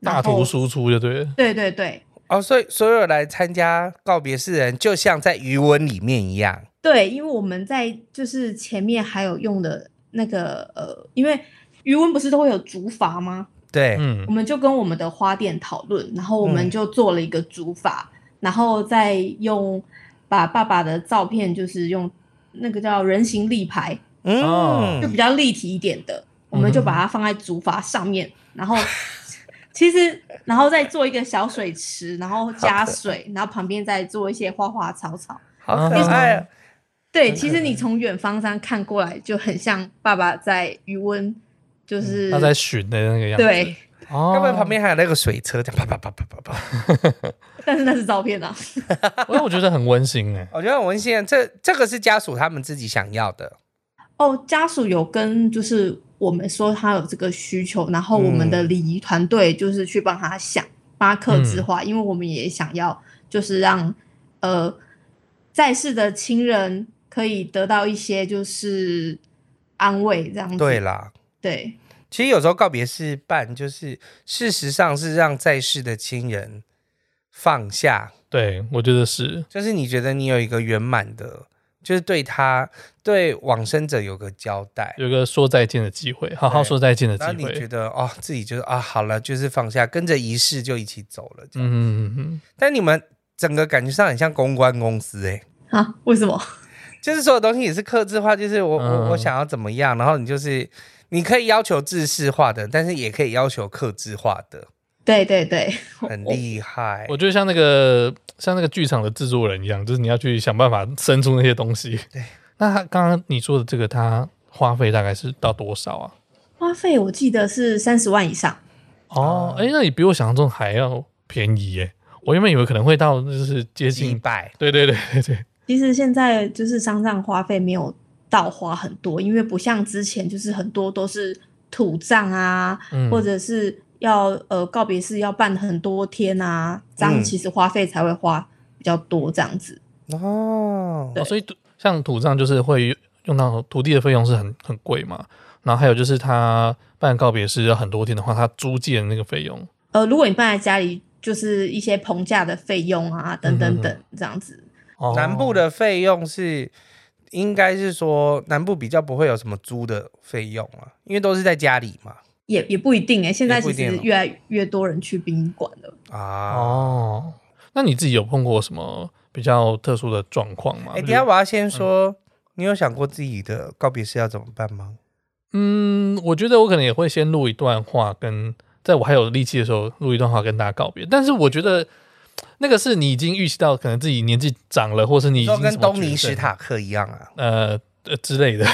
Speaker 3: 然
Speaker 1: 大
Speaker 3: 后
Speaker 1: 图，输出就对了。
Speaker 3: 对对对
Speaker 2: 哦，所以所有来参加告别式的人，就像在余温里面一样，
Speaker 3: 对，因为我们在就是前面还有用的那个呃，因为余温不是都会有竹筏吗？
Speaker 2: 对，
Speaker 1: 嗯
Speaker 3: 我，们就跟我们的花店讨论，然后我们就做了一个竹法，然后再用把爸爸的照片，就是用那个叫人形立牌，
Speaker 2: 嗯，
Speaker 1: 哦
Speaker 3: 就比较立体一点
Speaker 1: 嗯
Speaker 3: 的，我们就把它放在竹筏上面，然后 其实然后再做一个小水池，然后加水，然后旁边再做一些花花草草。
Speaker 2: 好可爱啊，
Speaker 3: 对，
Speaker 1: 嗯
Speaker 3: 其实你从远方上看过来，就很像爸爸在余温，就
Speaker 1: 嗯
Speaker 3: 是、
Speaker 1: 他在寻的那个样子。
Speaker 3: 对，
Speaker 1: 哦，
Speaker 2: 要不然旁边还有那个水车，这样啪啪啪啪啪啪。
Speaker 3: 但是那是照片啊。
Speaker 1: 因为我觉得很温馨哎。
Speaker 2: 我觉得哦很文献，这这个是家属他们自己想要的，
Speaker 3: 哦，家属有跟就是我们说他有这个需求，然后我们的
Speaker 2: 嗯
Speaker 3: 礼仪团队就是去帮他想，帮他克制化，因为我们也想要就是让呃在世的亲人可以得到一些就是安慰这样
Speaker 1: 嗯
Speaker 3: 子。
Speaker 2: 对啦。
Speaker 3: 对
Speaker 2: 其实有时候告别式办，就是事实上是让在世的亲人放下，
Speaker 1: 对，我觉得是，
Speaker 2: 就是你觉得你有一个圆满的，就是对他对往生者有个交代，
Speaker 1: 有个说再见的机会，好好
Speaker 2: 对
Speaker 1: 说再见的机
Speaker 2: 然后你觉
Speaker 1: 会。
Speaker 2: 得哦，自己就是啊，好了，就是放下，跟着仪式就一起走了。这
Speaker 1: 嗯
Speaker 2: 样
Speaker 1: 嗯嗯嗯，
Speaker 2: 但你们整个感觉上很像公关公司哎、
Speaker 3: 啊？为什么？
Speaker 2: 就是所有东西也是克制化，就是我、我我
Speaker 1: 嗯
Speaker 2: 想要怎么样，然后你就是你可以要求制式化的，但是也可以要求克制化的，
Speaker 3: 对对对，
Speaker 2: 很厉害。
Speaker 1: 我觉得像那个像那个剧场的制作人一样，就是你要去想办法生出那些东西。
Speaker 2: 对，
Speaker 1: 那他刚刚你说的这个，他花费大概是到多少啊？
Speaker 3: 花费我记得是三十万以上。
Speaker 1: 哦
Speaker 2: 啊，
Speaker 1: 哎、那你比我想象中还要便宜耶！我原本以为可能会到就是接
Speaker 2: 几
Speaker 1: 近，
Speaker 2: 百，
Speaker 1: 对对对对对，
Speaker 3: 其实现在就是丧葬花费没有到花很多，因为不像之前就是很多都是土葬啊，
Speaker 1: 嗯，
Speaker 3: 或者是要呃告别式要办很多天啊，这样
Speaker 2: 嗯
Speaker 3: 其实花费才会花比较多这样子。
Speaker 2: 哦，
Speaker 1: 哦、所以土像土葬就是会用到土地的费用是很很贵嘛，然后还有就是他办告别式要很多天的话，他租借的那个费用，
Speaker 3: 呃，如果你办在家里，就是一些棚架的费用啊，
Speaker 2: 嗯
Speaker 3: 等等等这样子。
Speaker 1: 哦
Speaker 2: 南部的费用是应该是说南部比较不会有什么租的费用啊，因为都是在家里嘛。
Speaker 3: 也也不一定哎、现在
Speaker 2: 也不
Speaker 3: 其
Speaker 2: 一定
Speaker 3: 实
Speaker 2: 哦
Speaker 3: 越来越多人去殡仪馆了。
Speaker 2: 啊，
Speaker 1: 哦，那你自己有碰过什么比较特殊的状况吗？
Speaker 2: 哎、等
Speaker 1: 比
Speaker 2: 一
Speaker 1: 如
Speaker 2: 下我要先说，你有想过自己的告别式要怎么办吗？
Speaker 1: 嗯，我觉得我可能也会先录一段话跟，在我还有力气的时候录一段话跟大家告别。但是我觉得那个是你已经预期到，可能自己年纪长了，或是你已经
Speaker 2: 说跟
Speaker 1: 什么
Speaker 2: 东尼
Speaker 1: 决
Speaker 2: 史
Speaker 1: 定
Speaker 2: 塔克一样啊。
Speaker 1: 呃呃之类的。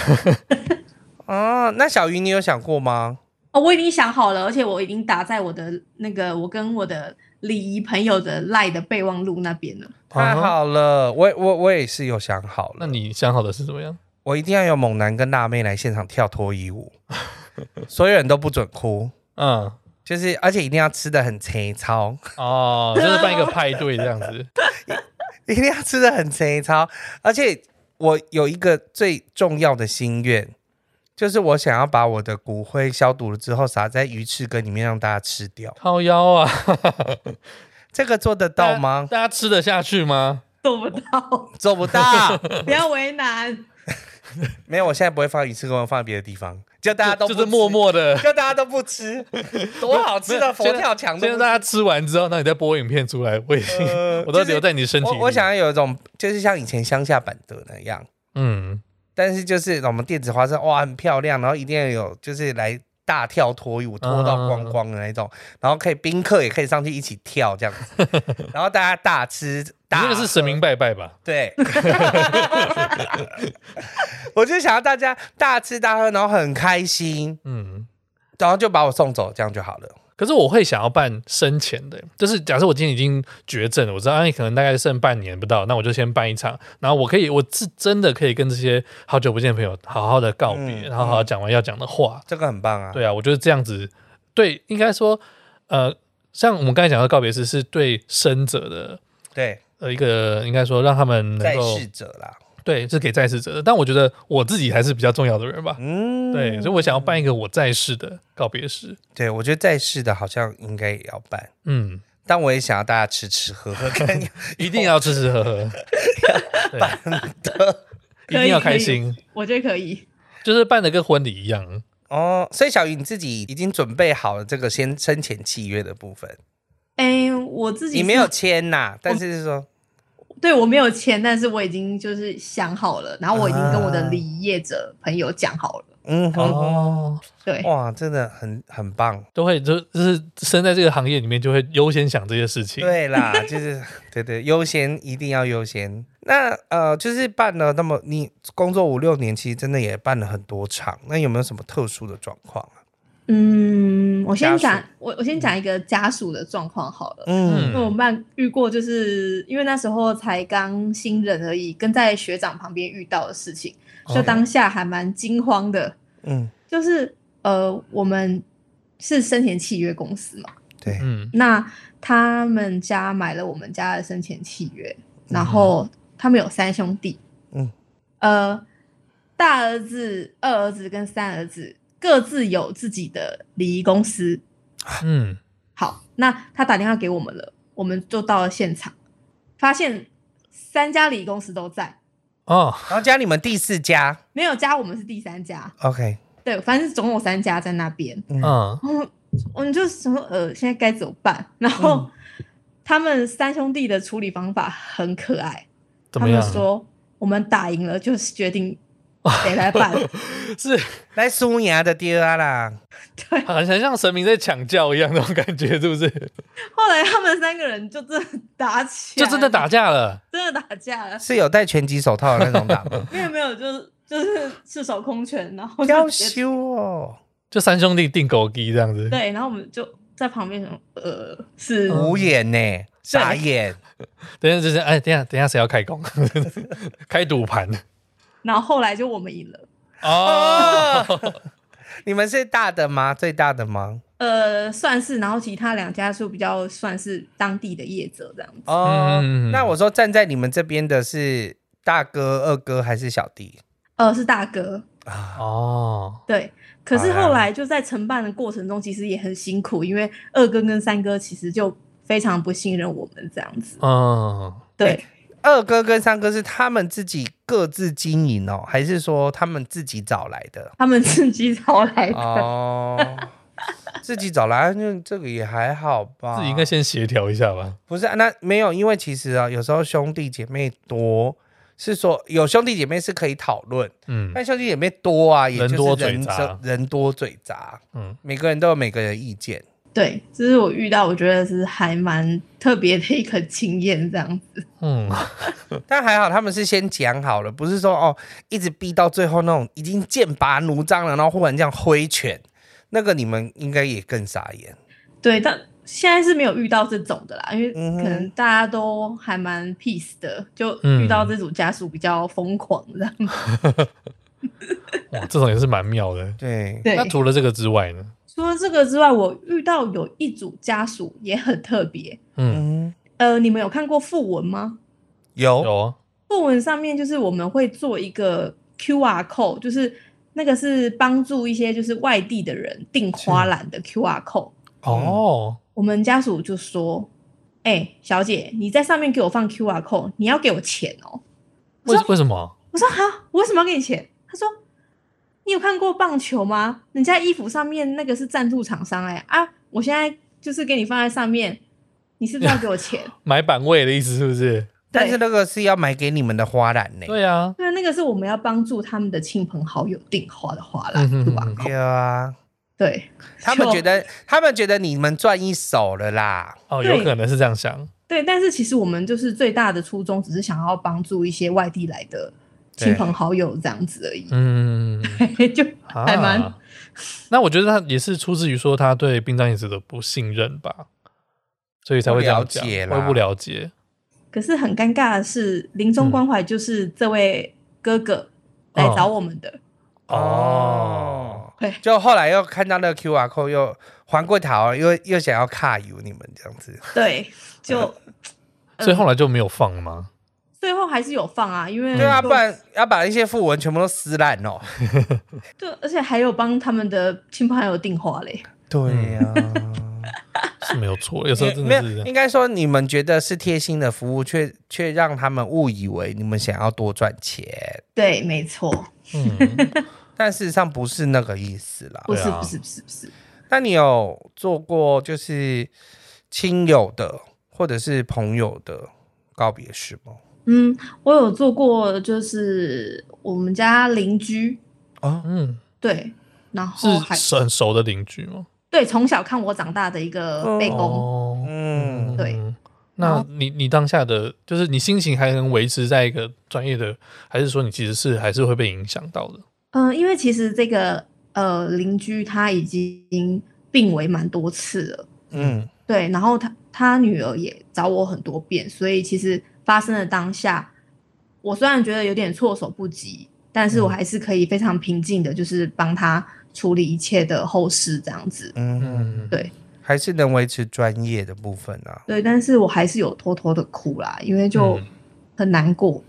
Speaker 2: 哦，那小鱼你有想过吗？
Speaker 3: 哦，我已经想好了，而且我已经打在我的那个我跟我的礼仪朋友的赖的备忘录那边了。
Speaker 2: 太
Speaker 1: 啊哈
Speaker 2: 好了，我我我也是有想好
Speaker 1: 那
Speaker 2: 了，
Speaker 1: 你想好的是怎么样？
Speaker 2: 我一定要有猛男跟辣妹来现场跳脱 衣舞，所有人都不准哭，
Speaker 1: 嗯，
Speaker 2: 就是而且一定要吃的很粗糙，
Speaker 1: 哦，就是办一个派对这样子。
Speaker 2: 一定要吃的很粗糙，而且我有一个最重要的心愿，就是我想要把我的骨灰消毒了之后撒在鱼翅羹里面让大家吃掉，
Speaker 1: 靠腰啊，
Speaker 2: 这个做得 到吗？
Speaker 1: 大家吃得下去吗？
Speaker 3: 做不
Speaker 1: 呃
Speaker 3: 到，
Speaker 2: 做不到，
Speaker 3: 不要为难。
Speaker 2: 没有，我现在不会放鱼翅羹，我放在别的地方，就大家都
Speaker 1: 就
Speaker 2: 不
Speaker 1: 是默
Speaker 2: 吃
Speaker 1: 默的。
Speaker 2: 就大家都不 吃，多好吃的佛跳墙都
Speaker 1: 现在
Speaker 2: 不
Speaker 1: 大家吃完之后，那你再播影片出来，我已经、
Speaker 2: 呃
Speaker 1: 我都
Speaker 2: 就是
Speaker 1: 留在你身体
Speaker 2: 我
Speaker 1: 里
Speaker 2: 我想要有一种，就是像以前乡下版的那样，
Speaker 1: 嗯，
Speaker 2: 但是就是我们电子花车哇很漂亮，然后一定要有就是来大跳脱衣舞，脱到光
Speaker 1: 嗯
Speaker 2: 光的那种，然后可以宾客也可以上去一起跳这 样子，然后大家大吃
Speaker 1: 你
Speaker 2: 大
Speaker 1: 那个是神
Speaker 2: 喝
Speaker 1: 明拜拜吧？
Speaker 2: 对， 我就想要大家大吃大喝，然后很开心，
Speaker 1: 嗯，
Speaker 2: 然后就把我送走，这样就好了。
Speaker 1: 可是我会想要办生前的，就是假设我今天已经绝症了，我知道哎，可能大概剩半年不到，那我就先办一场，然后我可以，我是真的可以跟这些好久不见的朋友好好的告别，
Speaker 2: 嗯
Speaker 1: 然后好好讲完要讲的话。
Speaker 2: 这个很棒啊！
Speaker 1: 对啊，我觉得这样子，对，应该说，呃，像我们刚才讲到告别式，是对生者的
Speaker 2: 对，
Speaker 1: 呃一个，应该说让他们能
Speaker 2: 在
Speaker 1: 够
Speaker 2: 世者啦，
Speaker 1: 对，是给在世者的。但我觉得我自己还是比较重要的人吧。
Speaker 2: 嗯，
Speaker 1: 对，所以我想要办一个我在世的告别式。
Speaker 2: 对，我觉得在世的好像应该也要办，
Speaker 1: 嗯，
Speaker 2: 但我也想要大家吃吃喝喝，看你
Speaker 1: 一定要吃吃喝 喝，
Speaker 2: 的
Speaker 1: 一定要开心，
Speaker 3: 我觉得可以。
Speaker 1: 就是办的跟婚礼一样。
Speaker 2: 哦。所以小云你自己已经准备好了这个先生前契约的部分，
Speaker 3: 哎、我自己
Speaker 2: 你
Speaker 3: 是
Speaker 2: 没有签呐、但 是是
Speaker 1: 哦
Speaker 2: 说
Speaker 3: 对我没有签，但是我已经就是想好了，然后我已经跟我的
Speaker 2: 啊
Speaker 3: 礼仪业者朋友讲好了。
Speaker 2: 嗯哼
Speaker 1: 哦，
Speaker 3: 对，
Speaker 2: 哇，真的很很棒。
Speaker 1: 都会就就是生在这个行业里面，就会优先想这些事情。
Speaker 2: 对啦，就是 对对，优先一定要优先。那呃，就是办了那么你工作五六年，其实真的也办了很多场，那有没有什么特殊的状况啊？
Speaker 3: 嗯，我
Speaker 2: 家
Speaker 3: 先
Speaker 2: 属
Speaker 3: 讲，我我先讲一个家属的状况好了。
Speaker 2: 嗯
Speaker 1: 嗯
Speaker 3: 那我们班遇过，就是因为那时候才刚新人而已，跟在学长旁边遇到的事情，所以当下还蛮惊慌的。
Speaker 2: 嗯，
Speaker 3: 就是呃，我们是生前契约公司嘛，
Speaker 2: 对，
Speaker 1: 嗯，
Speaker 3: 那他们家买了我们家的生前契约，然后他们有三兄弟，
Speaker 2: 嗯，
Speaker 3: 呃，大儿子、二儿子跟三儿子各自有自己的礼仪公司。
Speaker 1: 嗯
Speaker 3: 好，那他打电话给我们了，我们就到了现场，发现三家礼仪公司都在，
Speaker 1: 哦，
Speaker 2: 然后加你们第四家
Speaker 3: 没有加我们是第三家，
Speaker 2: ，OK，
Speaker 3: 对，反正是总共有三家在那边。
Speaker 1: 嗯，
Speaker 3: 然后我们就想说，呃，现在该怎么办？然后、
Speaker 1: 嗯
Speaker 3: 他们三兄弟的处理方法很可爱，
Speaker 1: 怎么
Speaker 3: 他们
Speaker 1: 样？
Speaker 3: 说我们打赢了，就是 决定谁来办。
Speaker 1: 是
Speaker 2: 来苏牙的第二啦，
Speaker 3: 对，
Speaker 1: 很很像神明在抢教一样那种感觉，是不 是？
Speaker 3: 后来他们三个人就真的打起
Speaker 1: 就
Speaker 3: 来，
Speaker 1: 真的打架了，
Speaker 3: 真的打架了，
Speaker 2: 是有戴拳击手套的那种打 吗？
Speaker 3: 没有没有，就是就是赤手空拳，然后
Speaker 2: 要
Speaker 3: 就直接
Speaker 2: 修哦，
Speaker 1: 就三兄弟定狗鸡这样子。
Speaker 3: 对，然后我们就在旁边想，呃，是
Speaker 1: 哦
Speaker 2: 无眼呢，傻眼，
Speaker 1: 等一下就是哎，等一下等一下谁要开工？ 开赌盘
Speaker 3: 然后后来就我们赢了。
Speaker 1: 哦，
Speaker 2: 你们是大的吗？最大的吗？
Speaker 3: 呃，算是，然后其他两家就比较算是当地的业者这样子。
Speaker 2: 哦，
Speaker 1: 嗯
Speaker 2: 那我说站在你们这边的是大哥、二哥还是小弟
Speaker 3: 呃，是大哥，
Speaker 2: 啊？
Speaker 1: 哦，
Speaker 3: 对。可是
Speaker 2: 哎呀
Speaker 3: 后来就在承办的过程中，其实也很辛苦，因为二哥跟三哥其实就非常不信任我们这样子。
Speaker 2: 哦
Speaker 1: 嗯，
Speaker 3: 对，
Speaker 2: 二哥跟三哥是他们自己各自经营哦，还是说他们自己找来的？
Speaker 3: 他们自己找
Speaker 2: 哎
Speaker 3: 来的。
Speaker 2: 哦，自己找来，啊那这个也还好吧。
Speaker 1: 自己应该先协调一下吧。
Speaker 2: 不是、啊、那没有，因为其实啊，有时候兄弟姐妹多，是说有兄弟姐妹是可以讨论，
Speaker 1: 嗯
Speaker 2: 但兄弟姐妹多啊，也就是
Speaker 1: 人多嘴
Speaker 2: 人
Speaker 1: 杂
Speaker 2: 这人多嘴杂，
Speaker 1: 嗯，
Speaker 2: 每个人都有每个人的意见。
Speaker 3: 对，这是我遇到，我觉得是还蛮特别的一个经验这样子。
Speaker 1: 嗯，
Speaker 2: 但还好他们是先讲好了，不是说哦一直逼到最后那种已经剑拔弩张了，然后忽然这样挥拳，那个你们应该也更傻眼。
Speaker 3: 对，但现在是没有遇到这种的啦，因为
Speaker 2: 嗯哼
Speaker 3: 可能大家都还蛮 peace 的，就
Speaker 1: 嗯
Speaker 3: 遇到这组家属比较疯狂这样。
Speaker 1: 哇，这种也是蛮妙的。
Speaker 2: 对，
Speaker 3: 对
Speaker 1: 那，除了这个之外呢？
Speaker 3: 除了这个之外，我遇到有一组家属也很特别。
Speaker 1: 嗯，
Speaker 2: 嗯，
Speaker 3: 呃，你们有看过附文吗？
Speaker 2: 有
Speaker 1: 有哦
Speaker 3: 附文上面就是我们会做一个 QR code，就是那个是帮助一些就是外地的人订花篮的 QR code。
Speaker 1: 哦，
Speaker 3: 我们家属就说：“哎、小姐，你在上面给我放 QR code，你要给我钱哦。
Speaker 1: 为
Speaker 3: 我说
Speaker 1: 为什么？”
Speaker 3: 我说：“哈，我为什么要给你钱？”他说：“你有看过棒球吗？人家衣服上面那个是赞助厂商、哎啊，我现在就是给你放在上面，你是不是要给我钱？
Speaker 1: 买版位的意思是不是？
Speaker 2: 但是那个是要买给你们的花篮呢、
Speaker 1: 对啊，
Speaker 3: 因为那个是我们要帮助他们的亲朋好友订花的花篮
Speaker 1: 嗯哼
Speaker 3: QR
Speaker 1: 嗯
Speaker 3: code。
Speaker 2: 对啊，
Speaker 3: 对，
Speaker 2: 他们
Speaker 3: 就
Speaker 2: 觉得他们觉得你们赚一手了啦。
Speaker 1: 哦，
Speaker 3: 对
Speaker 1: 有可能是这样想。
Speaker 3: 对，但是其实我们就是最大的初衷，只是想要帮助一些外地来的亲
Speaker 2: 对
Speaker 3: 朋好友这样子而已。
Speaker 1: 嗯，
Speaker 3: 就还蛮
Speaker 1: 啊。那我觉得他也是出自于说他对殡葬业者的不信任吧，所以才会这样讲，
Speaker 2: 不了解啦
Speaker 1: 会不了解。
Speaker 3: 可是很尴尬的是，临终
Speaker 2: 嗯
Speaker 3: 关怀就是这位哥哥来找我们的，
Speaker 2: 哦，
Speaker 3: 对
Speaker 2: 就后来又看到那个 QR code，又还过头，又又想要卡油你们这样子。
Speaker 3: 对，就嗯
Speaker 1: 所以后来就没有放了吗？
Speaker 3: 最后还是有放啊，因为
Speaker 2: 对啊，
Speaker 3: 就
Speaker 2: 不然要把一些副文全部都撕烂哦。
Speaker 3: 对，而且还有帮他们的亲朋好友订花嘞，
Speaker 2: 对呀、
Speaker 1: 是没有 错，有时候真
Speaker 2: 没
Speaker 1: 的
Speaker 2: 有
Speaker 1: 是这，样。
Speaker 2: 应该说你们觉得是贴心的服务，却却让他们误以为你们想要多赚钱，
Speaker 3: 对，没错，
Speaker 1: 嗯，
Speaker 2: 但事实上不是那个意思啦。
Speaker 3: 不是
Speaker 1: 对啊
Speaker 3: 不是不是不是，
Speaker 2: 那你有做过就是亲友的或者是朋友的告别式吗？
Speaker 3: 嗯，我有做过，就是我们家邻居
Speaker 2: 啊，
Speaker 1: 嗯，
Speaker 3: 对，然后哦还
Speaker 1: 是很熟的邻居吗？
Speaker 3: 对从小看我长大的一个背公，
Speaker 1: 哦，
Speaker 2: 嗯，
Speaker 3: 对
Speaker 1: 嗯。
Speaker 3: 然
Speaker 1: 那
Speaker 3: 后
Speaker 1: 你你当下的就是你心情还能维持在一个专业的，还是说你其实是还是会被影响到的？
Speaker 3: 嗯、因为其实这个呃邻居他已经病危蛮多次了。
Speaker 2: 嗯，
Speaker 3: 对，然后他他女儿也找我很多遍，所以其实发生的当下，我虽然觉得有点措手不及，但是我
Speaker 1: 嗯
Speaker 3: 还是可以非常平静的，就是帮他处理一切的后事这样子。
Speaker 2: 嗯，
Speaker 3: 对
Speaker 2: 还是能维持专业的部分啊。
Speaker 3: 对，但是我还是有偷偷的哭啦，因为就
Speaker 1: 嗯
Speaker 3: 很难过。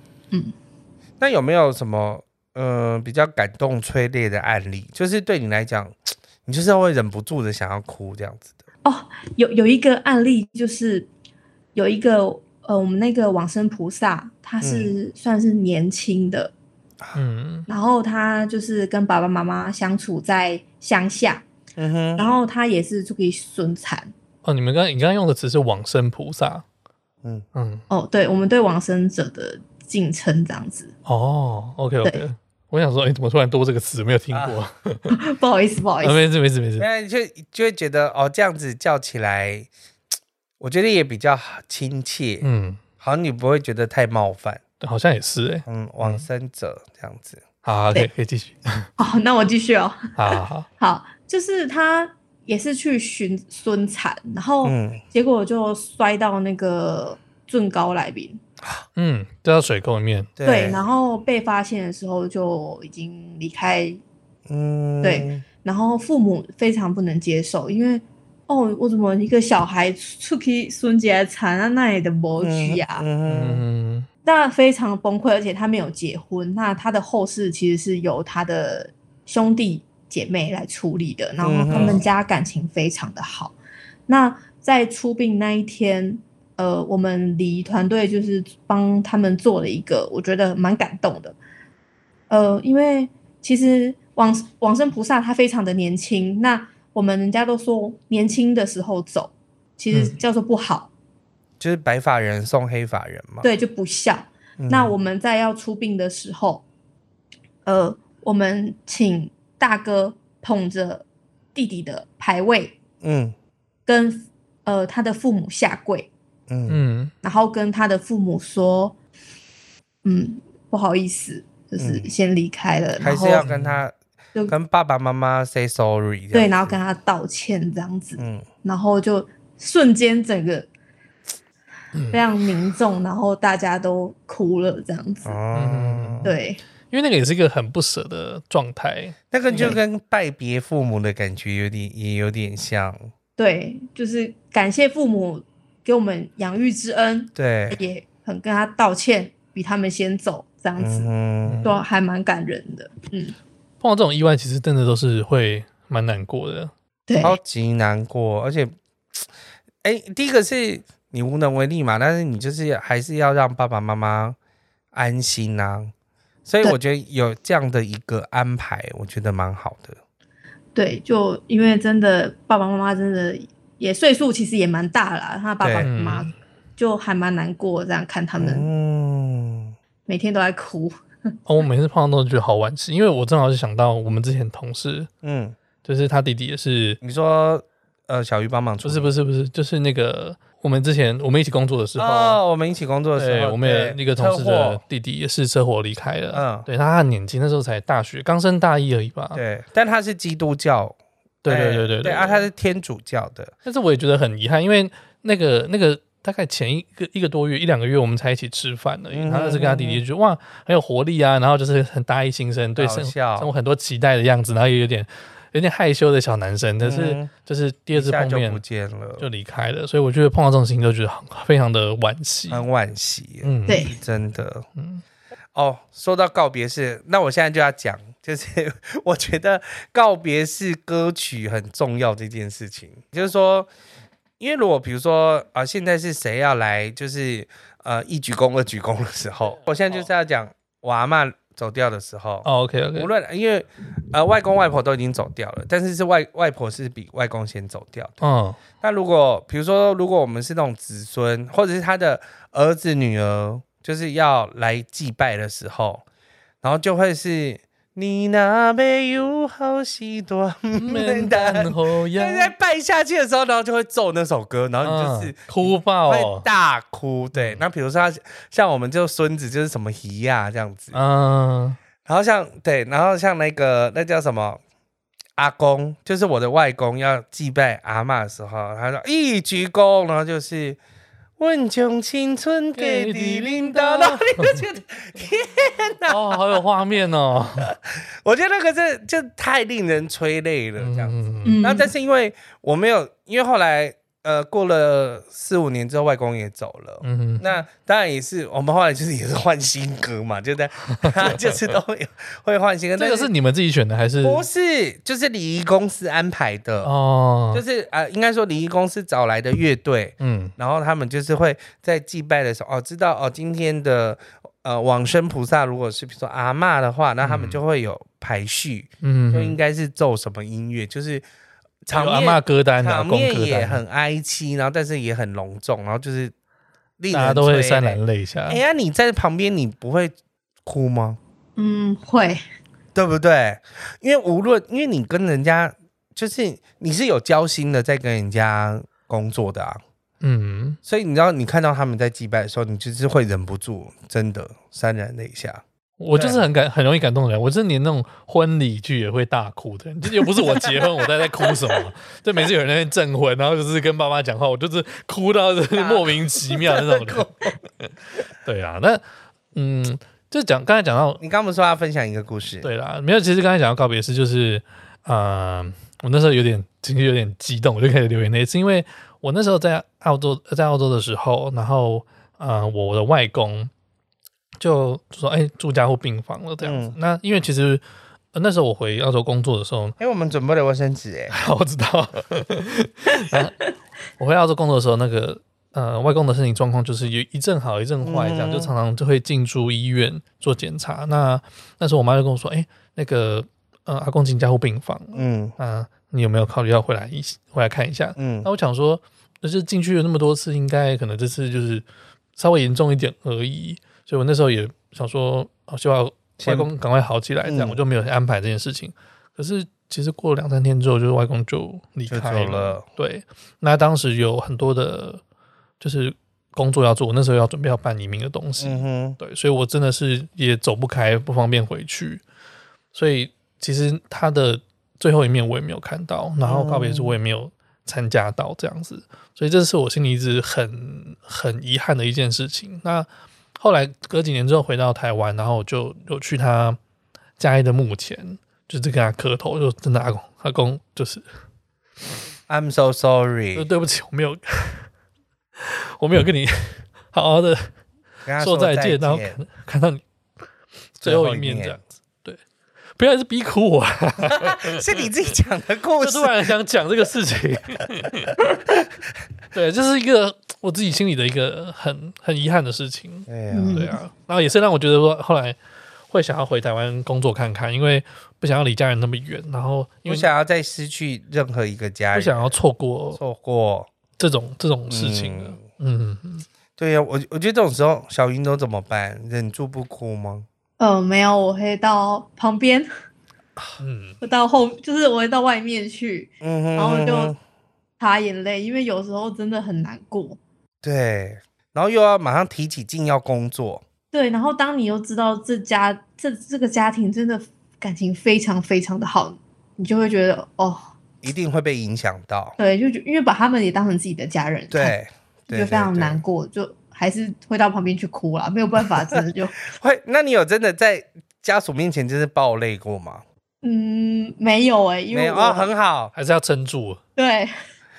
Speaker 2: 那有没有什么呃比较感动催泪的案例？就是对你来讲，你就是会忍不住的想要哭这样子的。
Speaker 3: 有有一个案例就是，有一个呃，我们那个往生菩萨，他是、
Speaker 2: 嗯
Speaker 3: 算是年轻的，
Speaker 1: 嗯，
Speaker 3: 然后他就是跟爸爸妈妈相处在乡下，
Speaker 2: 嗯哼，
Speaker 3: 然后他也是就给孙产
Speaker 1: 哦，你们刚你刚刚用的词是往生菩萨，
Speaker 2: 嗯
Speaker 1: 嗯，
Speaker 3: 哦，对我们对往生者的敬称这样子，
Speaker 1: 哦，OK OK，
Speaker 3: 对
Speaker 1: 我想说，哎，怎么突然多这个词没有听过？啊，
Speaker 3: 不好意思，不好意
Speaker 2: 啊
Speaker 3: 思，
Speaker 1: 没事没事没事，
Speaker 2: 那就就会觉得哦，这样子叫起来，我觉得也比较亲切，
Speaker 1: 嗯，
Speaker 2: 好像你不会觉得太冒犯。
Speaker 1: 好像也是哎，
Speaker 2: 嗯，往生者这样子，
Speaker 1: 好，可以
Speaker 3: 对
Speaker 1: 可以继续，
Speaker 3: 好，那我继续哦，
Speaker 1: 好好好，
Speaker 3: 好，就是他也是去寻孙产，然后
Speaker 2: 嗯
Speaker 3: 结果就摔到那个圳高来宾，
Speaker 1: 嗯，掉到水沟里面，
Speaker 2: 对
Speaker 3: 对，然后被发现的时候就已经离开
Speaker 2: 嗯，
Speaker 3: 对，然后父母非常不能接受，因为哦，我怎么一个小孩出去孙节产啊，那也的模具啊，
Speaker 2: 嗯
Speaker 1: 嗯
Speaker 3: 那非常崩溃，而且他没有结婚，那他的后事其实是由他的兄弟姐妹来处理的，然后他们家感情非常的好。那在出殡那一天，呃，我们礼仪团队就是帮他们做了一个，我觉得蛮感动的。呃，因为其实往往生菩萨他非常的年轻，那我们人家都说年轻的时候走，其实
Speaker 1: 嗯
Speaker 3: 叫做不好，
Speaker 2: 就是白发人送黑发人嘛。
Speaker 3: 对，就不孝。
Speaker 2: 嗯，
Speaker 3: 那我们在要出殡的时候，呃，我们请大哥捧着弟弟的牌位，
Speaker 2: 嗯
Speaker 3: 跟呃他的父母下跪，
Speaker 2: 嗯
Speaker 1: 嗯
Speaker 3: 然后跟他的父母说，嗯，不好意思，就是
Speaker 2: 嗯
Speaker 3: 先离开了，
Speaker 2: 还
Speaker 3: 然后
Speaker 2: 是要跟他
Speaker 3: 就
Speaker 2: 跟爸爸妈妈 say sorry 这样子。
Speaker 3: 对，然后跟他道歉这样子，
Speaker 2: 嗯
Speaker 3: 然后就瞬间整个
Speaker 2: 嗯
Speaker 3: 非常凝重，然后大家都哭了这样子，
Speaker 1: 嗯
Speaker 2: 哦，
Speaker 3: 对，
Speaker 1: 因为那个也是一个很不舍的状态，
Speaker 2: 那个就跟拜别父母的感觉有点，也有点像。
Speaker 3: 对，就是感谢父母给我们养育之恩，
Speaker 2: 对，
Speaker 3: 也很跟他道歉，比他们先走，这样子、
Speaker 2: 嗯
Speaker 3: 都还蛮感人的。嗯，
Speaker 1: 碰到这种意外，其实真的都是会蛮难过的，
Speaker 3: 对
Speaker 2: 哼，，超级难过，而且，哎，第一个是你无能为力嘛，但是你就是还是要让爸爸妈妈安心啊。所以
Speaker 3: 对
Speaker 2: 我觉得有这样的一个安排，我觉得蛮好的。
Speaker 3: 对，就因为真的爸爸妈妈真的也岁数其实也蛮大了，他爸爸
Speaker 2: 对
Speaker 3: 妈妈
Speaker 1: 嗯
Speaker 3: 就还蛮难过，这样看他们
Speaker 2: 嗯，
Speaker 3: 每天都在哭。
Speaker 1: 哦，我每次碰到都觉得好惋惜，因为我正好是想到我们之前同事，
Speaker 2: 嗯，
Speaker 1: 就是他弟弟也是，
Speaker 2: 你说呃，小鱼帮忙
Speaker 1: 不
Speaker 2: 处理
Speaker 1: 是不是不是，就是那个我们之前我们一起工作的时候，
Speaker 2: 哦，我们一起工作的时
Speaker 1: 对，
Speaker 2: 候，
Speaker 1: 我们也
Speaker 2: 对
Speaker 1: 那个同事
Speaker 2: 车
Speaker 1: 的
Speaker 2: 祸
Speaker 1: 弟弟也是车祸离开了，
Speaker 2: 嗯
Speaker 1: 对，他很年轻，那时候才大学，刚升大一而已吧，
Speaker 2: 对，但他是基督教，
Speaker 1: 对对
Speaker 2: 哎
Speaker 1: 对对
Speaker 2: 对啊，他是天主教的，
Speaker 1: 但是我也觉得很遗憾，因为那个那个大概前一个一个多月一两个月我们才一起吃饭而已，
Speaker 2: 嗯
Speaker 1: 然后那时跟他弟弟就觉得哇很有活力啊，然后就是很大一新生，对
Speaker 2: 搞
Speaker 1: 生
Speaker 2: 笑
Speaker 1: 生活很多期待的样子，然后也有点有点害羞的小男生，但是
Speaker 2: 嗯
Speaker 1: 就是第二
Speaker 2: 一
Speaker 1: 次
Speaker 2: 下
Speaker 1: 碰
Speaker 2: 就不
Speaker 1: 面
Speaker 2: 见了，
Speaker 1: 就离开了，所以我觉得碰到这种事情都觉得很非常的惋惜，
Speaker 2: 很惋惜，
Speaker 1: 嗯，
Speaker 3: 对，
Speaker 2: 真的。
Speaker 1: 嗯
Speaker 2: 哦，说到告别式，那我现在就要讲，就是 我觉得告别式歌曲很重要这件事情，就是说，因为如果比如说啊、现在是谁要来，就是呃一鞠躬二鞠躬的时候，我现在就是要讲我阿嬷走掉的时候，
Speaker 1: 哦，OK
Speaker 2: 无
Speaker 1: OK，
Speaker 2: 论因为呃外公外婆都已经走掉了，但是是外外婆是比外公先走掉的。
Speaker 1: 嗯
Speaker 2: 那如果比如说，如果我们是那种子孙，或者是他的儿子女儿，就是要来祭拜的时候，然后就会是你那边有好许 多
Speaker 1: 免
Speaker 2: 门
Speaker 1: 担
Speaker 2: 的。
Speaker 1: 好 呀
Speaker 2: 但是在拜下去的时候，然后就会奏那首歌，然后你就是
Speaker 1: 嗯哭爆
Speaker 2: 会
Speaker 1: 哦，嗯
Speaker 2: 大哭。对，那比如说他像我们就孙子就是什么姨呀、这样子，
Speaker 1: 嗯
Speaker 2: 然后像对，然后像那个那叫什么阿公，就是我的外公要祭拜阿嬷的时候，他说一鞠躬，然后就是问穷青春给你领导， 然后你就觉得，
Speaker 1: 哦，好有画面哦，
Speaker 2: 我觉得那个这就太令人催泪了，这样。
Speaker 1: 嗯
Speaker 3: 嗯，
Speaker 2: 然后但是因为我没有，因为后来呃，过了四五年之后，外公也走了。
Speaker 1: 嗯哼，
Speaker 2: 那当然也是，我们后来就是也是换新歌嘛，就在 就是都会会换新歌。
Speaker 1: 这个是
Speaker 2: 但
Speaker 1: 你们自己选的还是？
Speaker 2: 不是就是礼仪公司安排的？
Speaker 1: 哦，
Speaker 2: 就是啊、呃应该说礼仪公司找来的乐队，
Speaker 1: 嗯
Speaker 2: 然后他们就是会在祭拜的时候，哦，知道哦，今天的呃往生菩萨如果是比如说阿嬷的话，那他们就会有排序，
Speaker 1: 嗯，
Speaker 2: 就应该是奏什么音乐，就是场
Speaker 1: 有阿
Speaker 2: 面
Speaker 1: 嬷歌单啊，
Speaker 2: 场
Speaker 1: 公
Speaker 2: 面
Speaker 1: 歌
Speaker 2: 也
Speaker 1: 单，
Speaker 2: 很哀凄，然后但是也很隆重，然后就是令
Speaker 1: 大家
Speaker 2: 人
Speaker 1: 都会啊
Speaker 2: 催
Speaker 1: 潸
Speaker 2: 泪
Speaker 1: 然泪下
Speaker 2: 哎。呀，你在旁边你不会哭吗？
Speaker 3: 嗯，会，
Speaker 2: 对不对？因为无论因为你跟人家就是你是有交心的，在跟人家工作的啊，
Speaker 1: 嗯，
Speaker 2: 所以你知道你看到他们在祭拜的时候，你就是会忍不住真的潸然泪下。
Speaker 1: 我就是很感很容易感动的人，我就是连那种婚礼剧也会大哭的人，就又不是我结婚，我在在哭什么？就每次有人在那边证婚，然后就是跟爸妈讲话，我就是哭到就是 莫名其妙的那种人。 对啊，那嗯，就讲刚才讲到
Speaker 2: 你刚不是说要分享一个故事？
Speaker 1: 对啦，没有，其实刚才讲到告别式，就是呃，我那时候有点情绪有点激动，我就开始流眼泪，是因为我那时候在澳洲，在澳洲的时候，然后呃，我的外公就说，哎、住加护病房了这样子。
Speaker 2: 嗯
Speaker 1: 那因为其实、呃那时候我回澳洲工作的时候，
Speaker 2: 哎、我们准备了卫生纸，哎，
Speaker 1: 我知 道，然后我回澳洲工作的时候，那个呃，外公的身体状况就是有一阵好一阵坏，这样、
Speaker 2: 嗯
Speaker 1: 就常常就会进出医院做检查。那那时候我妈就跟我说：“哎、那个呃，阿公进加护病房，
Speaker 2: 嗯
Speaker 1: 啊、你有没有考虑要回来一起回来看一下？”
Speaker 2: 嗯
Speaker 1: 那我想说，就是进去了那么多次，应该可能这次就是稍微严重一点而已。所以我那时候也想说，哦，希望外
Speaker 2: 先
Speaker 1: 公赶快好起来，这样、
Speaker 2: 嗯
Speaker 1: 我就没有安排这件事情。可是其实过了两三天之后，就是外公就离
Speaker 2: 就
Speaker 1: 开
Speaker 2: 走了
Speaker 1: 对，那当时有很多的，就是工作要做，我那时候要准备要办移民的东西，
Speaker 2: 嗯哼，
Speaker 1: 对，所以我真的是也走不开，不方便回去。所以其实他的最后一面我也没有看到，然后告别式我也没有参加到这样子，所以这是我心里一直很很遗憾的一件事情。那后来隔几年之后回到台湾，然后我就有去他家里的墓前，就是跟他磕头，就真的阿公阿公就是
Speaker 2: ，I'm so
Speaker 1: 呃
Speaker 2: sorry，
Speaker 1: 对不起，我没有 我没有跟你 好好的
Speaker 2: 跟他
Speaker 1: 说再见，然后
Speaker 2: 见
Speaker 1: 看看到你 最后一面这样子。对，不要一直逼哭 我啊，
Speaker 2: 是你自己讲的故
Speaker 1: 就
Speaker 2: 事
Speaker 1: 突。然想讲这个事情。 对，这是一个我自己心里的一个很很遗憾的事情。
Speaker 2: 对呀、
Speaker 3: 嗯
Speaker 1: 对啊，然后也是让我觉得说，后来会想要回台湾工作看看，因为不想要离家人那么远，然后因为
Speaker 2: 不想要再失去任何一个家
Speaker 1: 不
Speaker 2: 人，
Speaker 1: 想要错过
Speaker 2: 错过
Speaker 1: 这种这种事情了。
Speaker 2: 嗯
Speaker 1: 嗯，嗯
Speaker 2: 对呀、我我觉得这种时候小云都怎么办？忍住不哭吗？
Speaker 3: 呃，没有，我会到旁边，
Speaker 1: 嗯，
Speaker 3: 我到后，就是我会到外面去，
Speaker 2: 嗯哼，
Speaker 3: 然后
Speaker 2: 嗯
Speaker 3: 就
Speaker 2: 哼
Speaker 3: 擦眼泪，因为有时候真的很难过。
Speaker 2: 对，然后又要马上提起劲要工作，
Speaker 3: 对，然后当你又知道这家这这个家庭真的感情非常非常的好，你就会觉得哦，
Speaker 2: 一定会被影响到。
Speaker 3: 对，就觉因为把他们也当成自己的家人，
Speaker 2: 对，
Speaker 3: 看，
Speaker 2: 对
Speaker 3: 就非常
Speaker 2: 对对
Speaker 3: 难过，就还是会到旁边去哭啦，没有办法，真的就
Speaker 2: 会，那你有真的在家属面前就是爆泪过吗？
Speaker 3: 嗯没有哎、因
Speaker 2: 没
Speaker 3: 为
Speaker 2: 有
Speaker 3: 我、
Speaker 2: 哦，很好，
Speaker 1: 还是要撑住。
Speaker 3: 对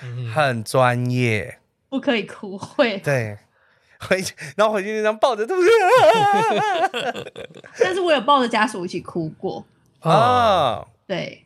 Speaker 1: 嗯，嗯
Speaker 2: 很专业。
Speaker 3: 不可以哭会，
Speaker 2: 对，回去，然后回去那张 抱着， 对不对？
Speaker 3: 但是我有抱着家属一起哭过，
Speaker 1: 啊，
Speaker 2: 啊，
Speaker 3: 对，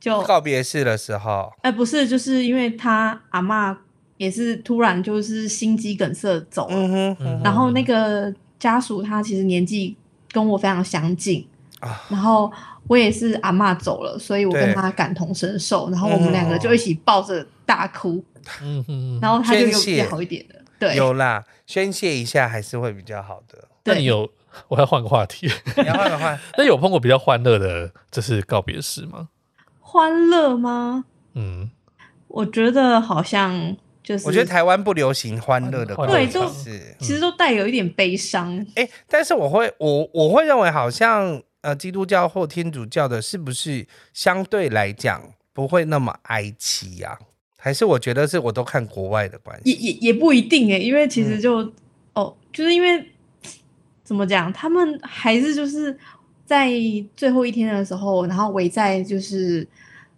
Speaker 3: 就
Speaker 2: 告别式的时候，
Speaker 3: 哎、不是，就是因为他阿嬷也是突然就是心肌梗塞走了，
Speaker 2: 嗯哼，
Speaker 1: 嗯
Speaker 2: 嗯
Speaker 3: 然
Speaker 2: 哼
Speaker 3: 后那个家属他其实年纪跟我非常相近，
Speaker 2: 啊，
Speaker 3: 然后我也是阿嬷走了，所以我
Speaker 2: 对嗯
Speaker 3: 跟他感同身受，然后我们两个就一起抱着大哭，
Speaker 1: 嗯嗯嗯
Speaker 3: 然后他就
Speaker 2: 宣
Speaker 3: 有
Speaker 2: 泄
Speaker 3: 比较好一点的，对，
Speaker 2: 有啦，宣泄一下还是会比较好 的。
Speaker 1: 那你
Speaker 3: 对，
Speaker 1: 有，我要换个话题。
Speaker 2: 你要换个换，
Speaker 1: 那有碰过比较欢乐的，就是告别式吗？
Speaker 3: 欢乐吗？
Speaker 1: 嗯，
Speaker 3: 我觉得好像就是，
Speaker 2: 我觉得台湾不流行欢乐的
Speaker 1: 欢
Speaker 2: 歌，
Speaker 1: 乐
Speaker 3: 对
Speaker 2: 就
Speaker 3: 就是其实都带有一点悲伤，
Speaker 2: 哎，但是我会，我我会认为好像呃，基督教或天主教的，是不是相对来讲不会那么哀戚呀、还是我觉得是我都看国外的关
Speaker 3: 也
Speaker 2: 系，
Speaker 3: 也也不一定哎，因为其实
Speaker 2: 嗯
Speaker 3: 就、哦，就是因为怎么讲，他们还是就是在最后一天的时候，然后围在就是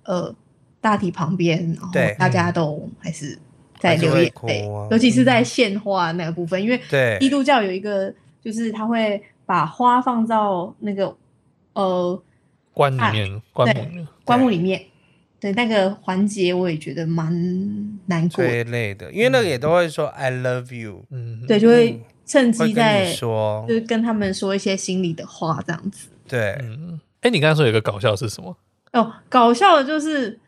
Speaker 3: 呃大体旁边，然后
Speaker 2: 对嗯
Speaker 3: 大家都还是在
Speaker 2: 还是
Speaker 3: 流
Speaker 2: 会
Speaker 3: 眼
Speaker 2: 哭
Speaker 3: 泪
Speaker 2: 啊，
Speaker 3: 尤其是在献花那个部分，因为
Speaker 2: 对
Speaker 3: 基督教有一个就是他会把花放到那个呃
Speaker 1: 关里
Speaker 3: 啊
Speaker 1: 面，关里面，
Speaker 3: 棺木里面，对那个环节我也觉得蛮难过的，
Speaker 2: 催泪的，因为那个也都会说 I love you，
Speaker 1: 嗯，
Speaker 3: 对，就会趁
Speaker 2: 会
Speaker 3: 机
Speaker 2: 跟
Speaker 3: 在
Speaker 2: 你说
Speaker 3: 就，是跟他们说一些心里的话这样子。
Speaker 2: 对，
Speaker 1: 嗯，哎，你刚才说有一个搞笑是什么？
Speaker 3: 哦，搞笑的就是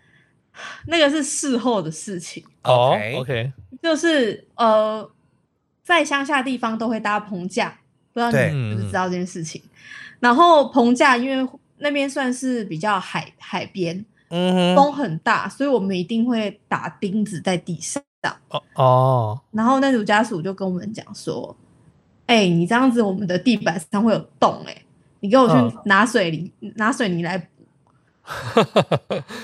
Speaker 3: 那个是事后的事情，
Speaker 1: 哦
Speaker 2: OK
Speaker 1: ，OK，
Speaker 3: 就是呃，在乡下地方都会搭棚架，不知道
Speaker 2: 对
Speaker 3: 你知不
Speaker 1: 嗯
Speaker 3: 知道这件事情。然后棚架因为那边算是比较海海边，
Speaker 2: 嗯哼，
Speaker 3: 风很大，所以我们一定会打钉子在地上。
Speaker 1: 哦哦，
Speaker 3: 然后那组家属就跟我们讲说：“哎、你这样子，我们的地板上会有洞、哎，你给我去
Speaker 1: 嗯
Speaker 3: 拿水泥，拿水泥来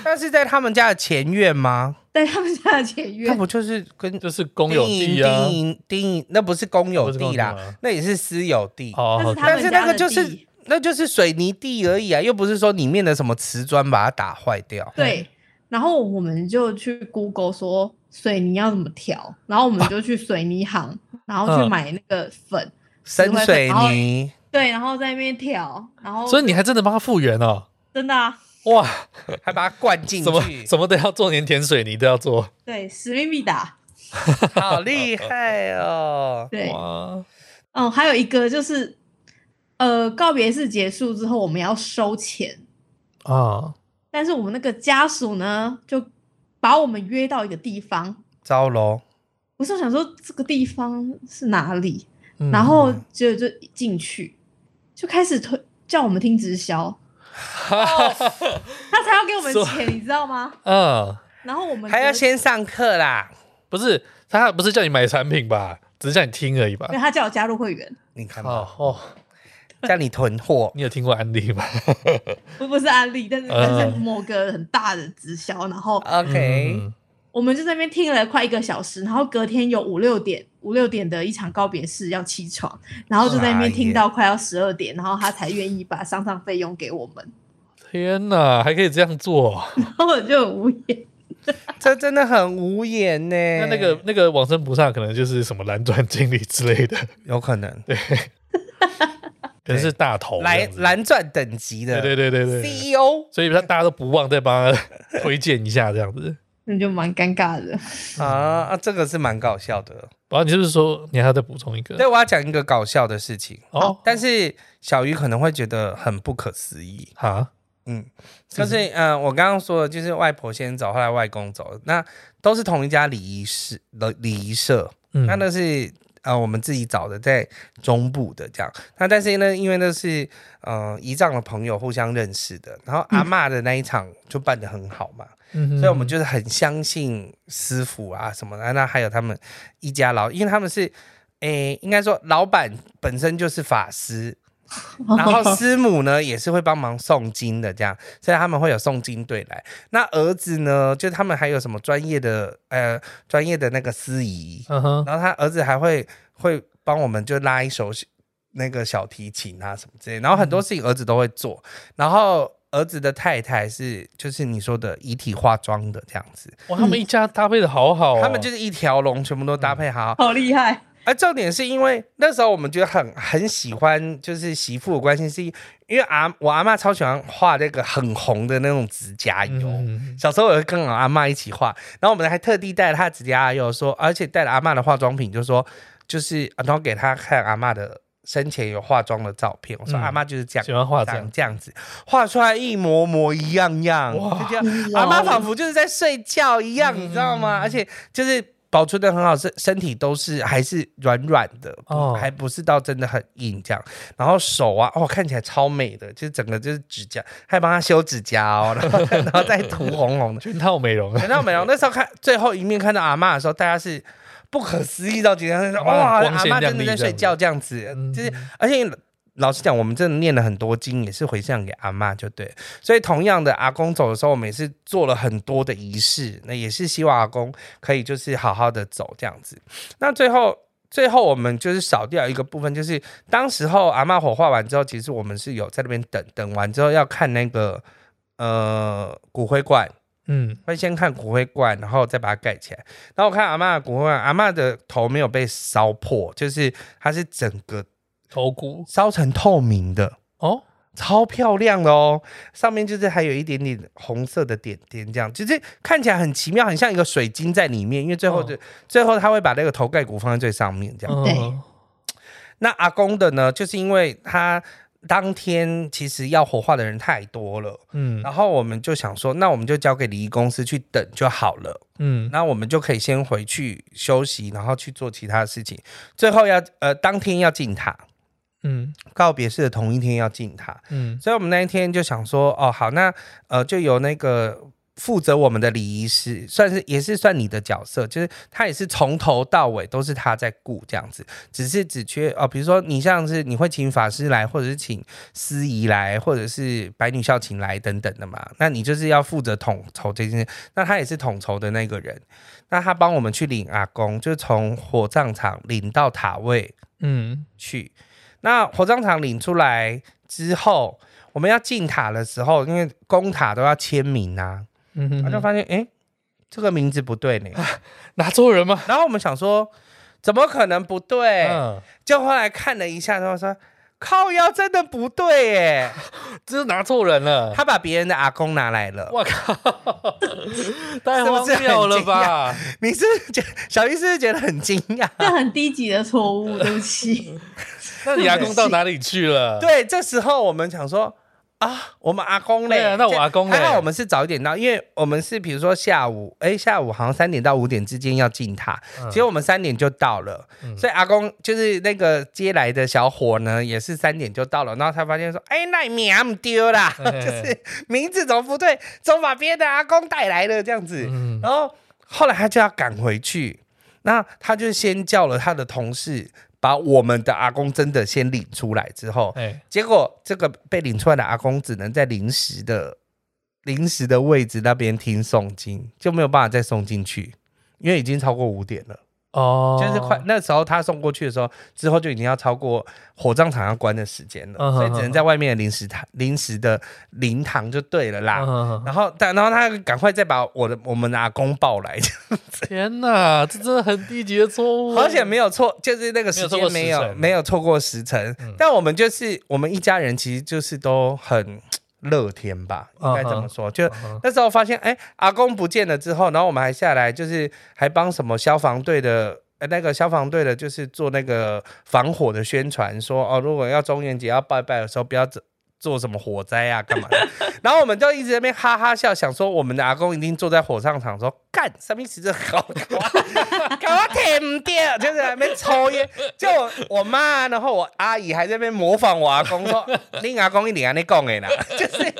Speaker 2: 但是在他们家的前院吗？
Speaker 3: 在他们家的前
Speaker 2: 那
Speaker 3: 院。
Speaker 2: 不就是跟
Speaker 1: 就是公有地啊
Speaker 2: 丁，营丁营，那不是公有
Speaker 1: 不
Speaker 2: 地
Speaker 1: 是公有地
Speaker 2: 啦
Speaker 1: 吗，
Speaker 2: 那也是私有地，
Speaker 1: 哦，
Speaker 3: 但是
Speaker 1: OK
Speaker 3: 他
Speaker 2: 但
Speaker 3: 们
Speaker 2: 是那
Speaker 3: 家的地
Speaker 2: 个就是那就是水泥地而已啊，又不是说里面的什么瓷砖把它打坏掉。
Speaker 3: 对，然后我们就去 Google 说水泥要怎么调，然后我们就去水泥行，然后去
Speaker 1: 嗯
Speaker 3: 买那个粉，
Speaker 2: 深水
Speaker 3: 哦
Speaker 2: 泥，
Speaker 3: 对，然后在那边调，然后
Speaker 1: 所以你还真的帮他复原哦，
Speaker 3: 真的啊，
Speaker 1: 哇，
Speaker 2: 还把它灌进
Speaker 1: 什么
Speaker 2: 去，
Speaker 1: 什么都要做，连填水泥都要做，
Speaker 3: 对，使命必达。
Speaker 2: 好厉害哦！
Speaker 3: 对，
Speaker 1: 哇，
Speaker 3: 嗯，还有一个就是，呃，告别式结束之后我们要收钱，
Speaker 1: 啊，
Speaker 3: 但是我们那个家属呢，就把我们约到一个地方，
Speaker 2: 糟喽，
Speaker 3: 我是想说这个地方是哪里，
Speaker 1: 嗯
Speaker 3: 然后就就进去，就开始推叫我们听直 销，哦他才要给我们
Speaker 1: 说
Speaker 3: 钱，你知道吗？
Speaker 1: 嗯，
Speaker 3: 然后我们
Speaker 2: 还要
Speaker 3: 隔，
Speaker 2: 先上课啦。
Speaker 1: 不是他不是叫你买产品吧，只是叫你听而已吧
Speaker 3: 对，？他叫我加入会员，
Speaker 2: 你看
Speaker 1: 哦
Speaker 2: 吧，
Speaker 1: 哦，
Speaker 2: 叫你囤货，
Speaker 1: 你有听过安利吗？
Speaker 3: 不不是安利，但是
Speaker 2: 呃
Speaker 3: 但是
Speaker 1: 嗯
Speaker 3: 某个很大的直销，然后
Speaker 2: OK，、
Speaker 1: 嗯
Speaker 3: 我们就在那边听了快一个小时，然后隔天有五六点五六点的一场告别式要起床，然后就在那边
Speaker 2: 傻眼
Speaker 3: 听到快要十二点，然后他才愿意把丧葬费用给我们，
Speaker 1: 天哪，还可以这样做？
Speaker 3: 然后我就很无言，
Speaker 2: 这真的很无言呢、
Speaker 1: 那那个那个往生菩萨可能就是什么蓝钻经理之类的，
Speaker 2: 有可能
Speaker 1: 可能是大头这
Speaker 2: 蓝
Speaker 1: 样子
Speaker 2: 蓝钻等级的 E
Speaker 1: 对对对对对，
Speaker 2: CEO
Speaker 1: 所以他大家都不忘再帮 他推荐一下这样子。
Speaker 3: 那就蛮尴尬的。
Speaker 2: 啊啊，这个是蛮搞笑的。
Speaker 1: 然后你是不是说你还要再补充一个？
Speaker 2: 对，我要讲一个搞笑的事情，
Speaker 1: 哦，
Speaker 2: 但是小鱼可能会觉得很不可思议。
Speaker 1: 好，
Speaker 2: 嗯，就是嗯、呃我刚刚说的，就是外婆先走，后来外公走，那都是同一家礼仪室的礼仪社，
Speaker 1: 嗯，
Speaker 2: 那那是呃我们自己找的，在中部的这样。那但是呢，因为那是呃姨丈的朋友互相认识的，然后阿嬷的那一场就办得很好嘛，
Speaker 1: 嗯
Speaker 2: 所以我们就是很相信师傅啊什么的。那还有他们一家老，因为他们是诶、应该说老板本身就是法师，
Speaker 3: 哦
Speaker 2: 然后师母呢也是会帮忙诵经的，这样，所以他们会有诵经队来。那儿子呢，就他们还有什么专业的呃专业的那个司仪，
Speaker 1: 嗯哼，
Speaker 2: 然后他儿子还会会帮我们就拉一首那个小提琴啊什么之类，然后很多事情儿子都会做，然后。儿子的太太是，就是你说的遗体化妆的这样子，
Speaker 1: 哇，他们一家搭配的好好哦，
Speaker 2: 他们就是一条龙，全部都搭配好。
Speaker 3: 好厉害，
Speaker 2: 而哎重点是因为那时候我们觉得很很喜欢，就是媳妇的关系，是因为阿我阿妈超喜欢画那个很红的那种指甲油。
Speaker 1: 嗯
Speaker 2: 小时候我会跟我阿妈一起画，然后我们还特地带了她指甲油说，而且带了阿妈的化妆品，就说就是然后给她看阿妈的生前有化妆的照片，我说
Speaker 1: 嗯
Speaker 2: 阿妈就是这样，
Speaker 1: 喜欢画这样
Speaker 2: 长这样子，画出来一模模一样样，
Speaker 1: 哇
Speaker 2: 就这样
Speaker 3: 嗯
Speaker 2: 阿妈仿佛就是在睡觉一样，你知道吗？而且就是保存的很好，身身体都是还是软软的，
Speaker 1: 哦
Speaker 2: 哦，还不是到真的很硬这样。然后手啊，哦，看起来超美的，就是整个就是指甲，还帮她修指甲哦，然后 然后再涂红红的。
Speaker 1: 全套美容，
Speaker 2: 看到没有？那时候看最后一面看到阿妈的时候，大家是。不可思议到今天，哇！
Speaker 1: 哇光
Speaker 2: 阿
Speaker 1: 鲜
Speaker 2: 妈
Speaker 1: 亮
Speaker 2: 真
Speaker 1: 丽
Speaker 2: 的在睡觉这样子，
Speaker 1: 嗯
Speaker 2: 就是而且老实讲，我们真的念了很多经，也是回向给阿妈，就对。所以同样的，阿公走的时候，我们也是做了很多的仪式，那也是希望阿公可以就是好好的走这样子。那最后。最后我们就是少掉一个部分，就是当时候阿嬷火化完之后，其实我们是有在那边等等完之后要看那个呃骨灰罐，
Speaker 1: 嗯，
Speaker 2: 会先看骨灰罐，然后再把它盖起来。然后我看阿嬷的骨灰罐，阿嬷的头没有被烧破，就是它是整个
Speaker 1: 头骨
Speaker 2: 烧成透明的，
Speaker 1: 哦，
Speaker 2: 超漂亮的哦。上面就是还有一点点红色的点点，这样就是看起来很奇妙，很像一个水晶在里面。因为最后就、最后他会把那个头盖骨放在最上面，这样。
Speaker 1: 嗯
Speaker 3: 对
Speaker 2: 那阿公的呢，就是因为他当天其实要火化的人太多了，
Speaker 1: 嗯
Speaker 2: 然后我们就想说，那我们就交给礼仪公司去等就好了。
Speaker 1: 嗯
Speaker 2: 那我们就可以先回去休息，然后去做其他的事情。最后要呃，当天要进塔，
Speaker 1: 嗯
Speaker 2: 告别式的同一天要进塔，
Speaker 1: 嗯
Speaker 2: 所以我们那一天就想说，哦，好，那呃，就由那个负责我们的礼仪师，算是也是算你的角色，就是他也是从头到尾都是他在顾这样子，只是只缺哦，比如说你像是你会请法师来，或者是请司仪来，或者是白女校请来等等的嘛，那你就是要负责统筹这件事，那他也是统筹的那个人，那他帮我们去领阿公，就是从火葬场领到塔位，
Speaker 1: 嗯
Speaker 2: 去。那火葬场领出来之后，我们要进塔的时候，因为公塔都要签名啊，
Speaker 1: 嗯，
Speaker 2: 他就发现哎、诶这个名字不 对呢。
Speaker 1: 拿错人吗？
Speaker 2: 然后我们想说，怎么可能不对？
Speaker 1: 嗯，
Speaker 2: 就后来看了一下，他说。靠腰真的不对耶！
Speaker 1: 这是拿错人了。
Speaker 2: 他把别人的阿公拿来 了，
Speaker 1: 我靠，太
Speaker 2: 是
Speaker 1: 荒
Speaker 2: 不是很
Speaker 1: 谬了吧！
Speaker 2: 你是不是觉得小玉是不是觉得很惊讶？
Speaker 3: 这很低级的错误，对不
Speaker 2: 嗯
Speaker 3: 起。
Speaker 1: 那你阿公到哪里去了？，
Speaker 2: 对，这时候我们想说啊，我们阿公嘞，
Speaker 1: 对啊那我
Speaker 2: 就
Speaker 1: 阿公嘞
Speaker 2: 还好我们是早一点到，因为我们是比如说下午，哎，下午好像三点到五点之间要进塔，
Speaker 1: 嗯
Speaker 2: 结果我们三点就到了，所以阿公就是那个接来的小伙呢，也是三点就到了，然后才发现说，哎，那名不丢啦，
Speaker 1: 嘿嘿
Speaker 2: 就是名字怎么不对，怎么把别的阿公带来了这样子，
Speaker 1: 嗯
Speaker 2: 然后后来他就要赶回去，那他就先叫了他的同事。把我们的阿公真的先领出来之后，
Speaker 1: 哎，
Speaker 2: 结果这个被领出来的阿公只能在临时的临时的位置那边听诵经，就没有办法再送进去，因为已经超过五点了。
Speaker 1: 哦，
Speaker 2: 就是快那时候他送过去的时候，之后就已经要超过火葬场要关的时间了，
Speaker 1: 嗯哼
Speaker 2: 所以只能在外面的临时堂、临时的灵堂就对了啦。
Speaker 1: 嗯
Speaker 2: 然后，但然后他赶快再把我的我们的阿公抱来，
Speaker 1: 天哪，这真的很低级的错误，
Speaker 2: 而且没有错，就是那个时间没
Speaker 1: 没有错过时
Speaker 2: 有
Speaker 1: 辰
Speaker 2: 没有错过时辰。嗯但我们就是我们一家人，其实就是都很乐天吧，应该这么说。就
Speaker 1: 哼
Speaker 2: 那时候发现，哎、阿公不见了之后，然后我们还下来，就是还帮什么消防队的。呃那个消防队的，就是做那个防火的宣传，说哦，如果要中元节要拜拜的时候，不要做做什么火灾啊，干嘛的？然后我们就一直在那边哈哈笑，想说我们的阿公一定坐在火葬场说干，上面其实好搞 啊，搞啊舔不掉，就是在那边抽烟。就我我妈，然后我阿姨还在那边模仿我阿公说，你阿公一定安尼讲的啦， 就是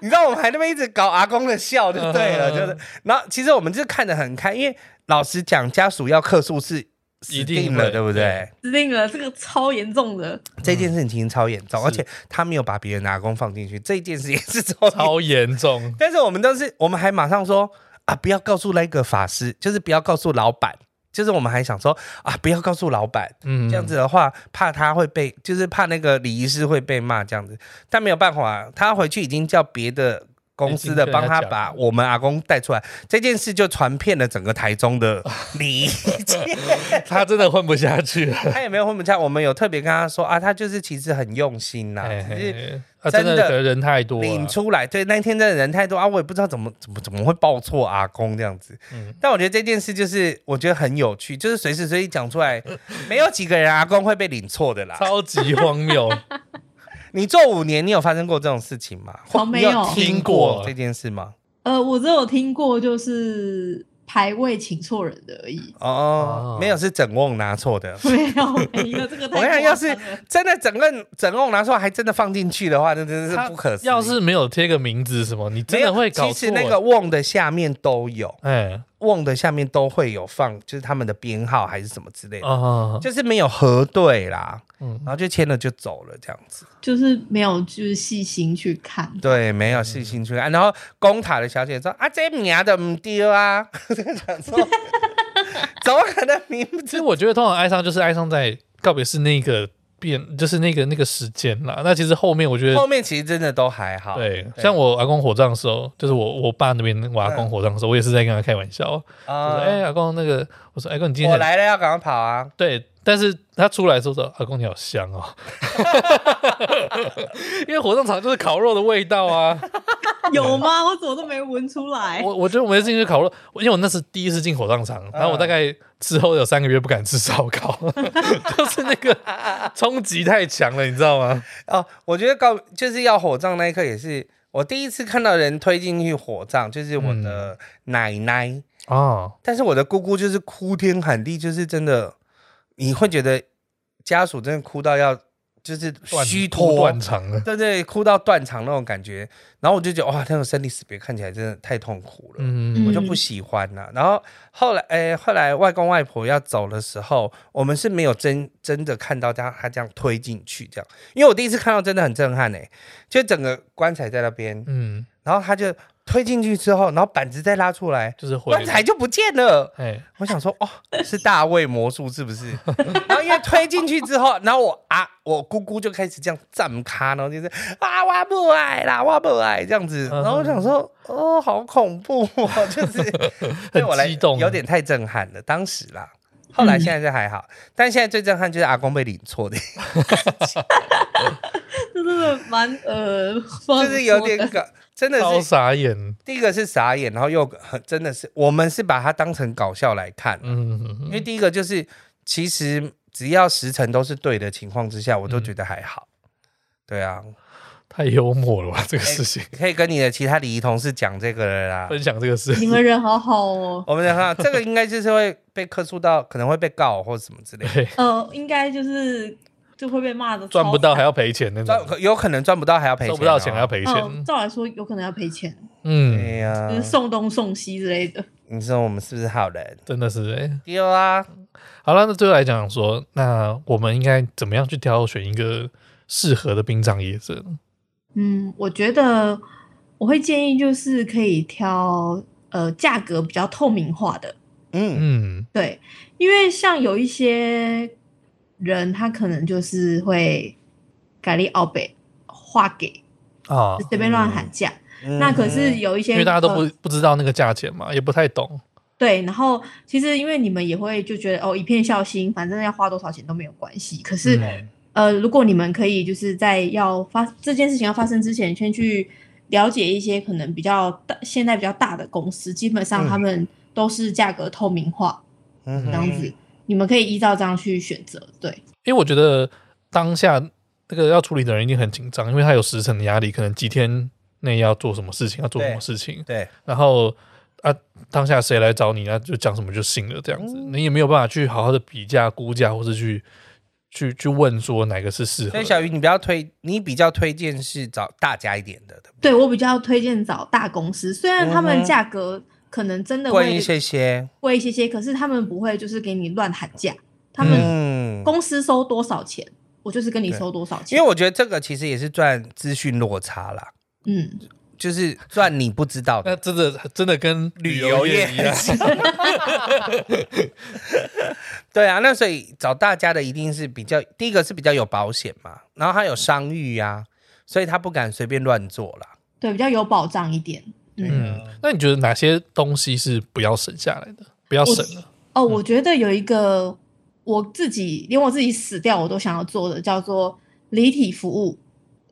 Speaker 2: 你知道我们还那边一直搞阿公的笑就对
Speaker 1: 嗯
Speaker 2: 了，就是。然后其实我们就是看得很开，因为老实讲，家属要客诉是死
Speaker 1: 一定
Speaker 2: 定了，
Speaker 1: 会
Speaker 2: 对不对
Speaker 1: 对？嗯
Speaker 3: 指定了这个超严重的，
Speaker 2: 这件事情其实超严重，
Speaker 1: 是
Speaker 2: 而且他没有把别人的阿公放进去，这件事也是超严重
Speaker 1: 超严重，
Speaker 2: 但是我们都是，我们还马上说啊，不要告诉那个法师，就是不要告诉老板，就是我们还想说啊，不要告诉老板，
Speaker 1: 嗯，
Speaker 2: 这样子的话，怕他会被，就是怕那个礼仪师会被骂这样子。但没有办法，他回去已经叫别的。公司的
Speaker 1: 已经跟
Speaker 2: 帮
Speaker 1: 他
Speaker 2: 他
Speaker 1: 哎讲
Speaker 2: 把我们阿公带出来，这件事就传遍了整个台中的礼仪 界。
Speaker 1: 他真的混不下 去了。
Speaker 2: 他也没有混不下，我们有特别跟他说啊，他就是其实很用心呐、
Speaker 1: 嘿
Speaker 2: 只是
Speaker 1: 嘿啊
Speaker 2: 真
Speaker 1: 真
Speaker 2: 的
Speaker 1: 的可能人太多了，
Speaker 2: 领出来。对，那一天真的人太多啊，我也不知道怎么怎么怎么会报错阿公这样子。
Speaker 1: 嗯
Speaker 2: 但我觉得这件事就是我觉得很有趣，就是随时随地讲出 来，没有几个人阿公会被领错的啦。
Speaker 1: 超级荒 谬。
Speaker 2: 你做五年，你有发生过这种事情吗？或
Speaker 3: 从没
Speaker 2: 你有
Speaker 3: 有
Speaker 2: 听
Speaker 1: 听过
Speaker 2: 过这件事吗？
Speaker 3: 呃，我只有听过就是排位请错人的而已，
Speaker 2: 哦
Speaker 1: 哦，
Speaker 2: 没有，是整瓮拿错的。
Speaker 3: 没有没有这个
Speaker 2: 我跟你讲，
Speaker 3: 太夸
Speaker 2: 要
Speaker 3: 张
Speaker 2: 是
Speaker 3: 了。
Speaker 2: 真的整个整瓮拿错，还真的放进去的话，那真的是
Speaker 1: 他
Speaker 2: 不可思议。
Speaker 1: 要是没有贴个名字什么，你真
Speaker 2: 没有
Speaker 1: 的会搞错。
Speaker 2: 其实那个，瓮的下面都有，
Speaker 1: 哎，
Speaker 2: 瓮的下面都会有放，就是他们的编号还是什么之类的。
Speaker 1: 啊，
Speaker 2: 就是没有核对啦，
Speaker 1: 嗯
Speaker 2: 然后就签了就走了这样子。
Speaker 3: 就是没有就是细心去看，
Speaker 2: 对，没有细心去看。啊然后公塔的小姐说：“啊，这名的唔丢啊。” 我就想说，怎么可能名
Speaker 1: 其实我觉得通常哀伤就是哀伤在告别式那个变，就是那个那个时间啦。那其实后面我觉
Speaker 2: 后
Speaker 1: 得，
Speaker 2: 面其实真的都还好。
Speaker 1: 对，像我阿公火葬的时候，就是我我爸那边我阿公火葬的时候，我也是在跟他开玩笑，我
Speaker 2: 啊
Speaker 1: 说，哎、阿公那个，我说哎公你今天
Speaker 2: 我
Speaker 1: 很
Speaker 2: 来了要赶快跑啊！
Speaker 1: 对，但是他出来的时候说：“阿公你好香 哦，因为火葬场就是烤肉的味道啊。
Speaker 3: 有吗？我怎么都没闻出
Speaker 2: 哎
Speaker 3: 来。
Speaker 1: 我我觉得我每次进去烤肉，因为我那是第一次进火葬场，
Speaker 2: 嗯
Speaker 1: 然后我大概之后有三个月不敢吃烧烤， 就是那个冲击太强了，你知道吗？
Speaker 2: 哦，我觉得告就是要火葬那一刻也是我第一次看到人推进去火葬，就是我
Speaker 1: 嗯
Speaker 2: 的奶奶，
Speaker 1: 哦，
Speaker 2: 但是我的姑姑就是哭天喊地，就是真的，你会觉得家属真的哭到要就是虚脱
Speaker 1: 断，肠了。
Speaker 2: 对对，哭到断肠那种感觉。然后我就觉得哇，那种生离死别看起来真的太痛苦了。
Speaker 1: 嗯
Speaker 2: 我就不喜欢了。然后后来，哎、后来外公外婆要走的时候，我们是没有真真的看到他他这样推进去这样，因为我第一次看到真的很震撼哎、就整个棺材在那边，
Speaker 1: 嗯，
Speaker 2: 然后他就推进去之后，然后板子再拉出来，
Speaker 1: 就是回
Speaker 2: 棺材就不见了。
Speaker 1: 哎，
Speaker 2: 我想说，哦，是大卫魔术是不是？ 然后因为推进去之后，然后我啊，我姑姑就开始这样站咖，然后就是啊，我不爱啦，我不爱这样子。
Speaker 1: 嗯
Speaker 2: 然后我想说，哦，好恐怖哦，就是对我来
Speaker 1: 激动
Speaker 2: 有点太震撼了，当时啦。后来现在就还好，但现在最震撼就是阿公被领错的，
Speaker 3: 这真的蛮呃，就
Speaker 2: 就是有点搞，真的
Speaker 1: 超
Speaker 2: 是
Speaker 1: 傻眼。
Speaker 2: 第一个是傻眼，然后又很真的是我们是把它当成搞笑来看，因为
Speaker 1: 嗯，
Speaker 2: 第一个就是，其实只要时辰都是对的情况之下，
Speaker 1: 嗯
Speaker 2: 我都觉得还好。对啊，
Speaker 1: 太幽默了吧，这个
Speaker 2: 哎
Speaker 1: 事 情。
Speaker 2: 可以跟你的其他礼仪同事讲这个了啦。
Speaker 1: 分享这个事，
Speaker 3: 你们人好好哦。
Speaker 2: 我们讲哈，这个应该就是会被客诉到，可能会被告或什么之类的。
Speaker 1: 对，
Speaker 3: 呃，应该就是就会被骂的，
Speaker 1: 赚不到还要赔钱那
Speaker 2: 赚
Speaker 1: 种，
Speaker 2: 有可能赚不到还要赔钱、哦啊
Speaker 1: 收不到钱还要。赔
Speaker 3: 嗯、
Speaker 1: 钱。
Speaker 3: 照来说有可能要赔钱，
Speaker 1: 嗯，
Speaker 2: 哎对呀、
Speaker 3: 就是送东送西之类的。
Speaker 2: 你说我们是不是好人？
Speaker 1: 真的是哎、
Speaker 2: 丢啊，
Speaker 1: 好了，那最后来讲说，那我们应该怎么样去挑选一个适合的殡葬业者呢？
Speaker 3: 嗯，我觉得我会建议就是可以挑呃价格比较透明化的，
Speaker 2: 嗯
Speaker 1: 嗯
Speaker 3: 对，因为像有一些人他可能就是会改立奥北划给
Speaker 1: 啊，
Speaker 3: 随便乱喊价，
Speaker 2: 嗯
Speaker 3: 那可是有一些
Speaker 1: 因为大家都不、
Speaker 3: 呃
Speaker 1: 不知道那个价钱嘛，也不太懂。
Speaker 3: 对，然后其实因为你们也会就觉得哦一片孝心，反正要花多少钱都没有关系，可是。
Speaker 1: 嗯
Speaker 3: 呃，如果你们可以就是在要发这件事情要发生之前，先去了解一些可能比较大现在比较大的公司，基本上他们都是价格透明化
Speaker 2: 嗯
Speaker 3: 这样子，你们可以依照这样去选择。对，
Speaker 1: 因为我觉得当下那个要处理的人一定很紧张，因为他有时辰的压力，可能几天内要做什么事情，要做什么事情，
Speaker 2: 对，
Speaker 1: 然后啊，当下谁来找你，那就讲什么就信了，这样子，你也没有办法去好好的比价、估价，或是去去去问说哪个是适合
Speaker 2: 所
Speaker 1: 的。
Speaker 2: 以小鱼，你比较推，你比较推荐是找大家一点的，对不
Speaker 3: 对我比较推荐找大公司，虽然他
Speaker 2: 嗯
Speaker 3: 们
Speaker 2: 哼
Speaker 3: 价格可能真的
Speaker 2: 对？
Speaker 3: 会
Speaker 2: 贵一些些，
Speaker 3: 贵一些些，可是他们不会就是给你乱喊价，他们
Speaker 2: 嗯，
Speaker 3: 公司收多少钱，我就是跟你
Speaker 2: 对
Speaker 3: 收多少
Speaker 2: 因
Speaker 3: 钱
Speaker 2: 为。我觉得这个其实也是赚资讯落差啦。
Speaker 3: 嗯，
Speaker 2: 就是赚你不知道
Speaker 1: 那
Speaker 2: 的。
Speaker 1: 真的真的跟旅游业一样，
Speaker 2: 对啊，那所以找大家的一定是比较第一个是比较有保险嘛，然后他有商誉啊，所以他不敢随便乱做啦。
Speaker 3: 对，比较有保障一点。嗯。
Speaker 1: 嗯，那你觉得哪些东西是不要省下来的？不要省了，
Speaker 3: 哦，
Speaker 2: 嗯
Speaker 3: 我觉得有一个我自己连我自己死掉我都想要做的，叫做离体服务，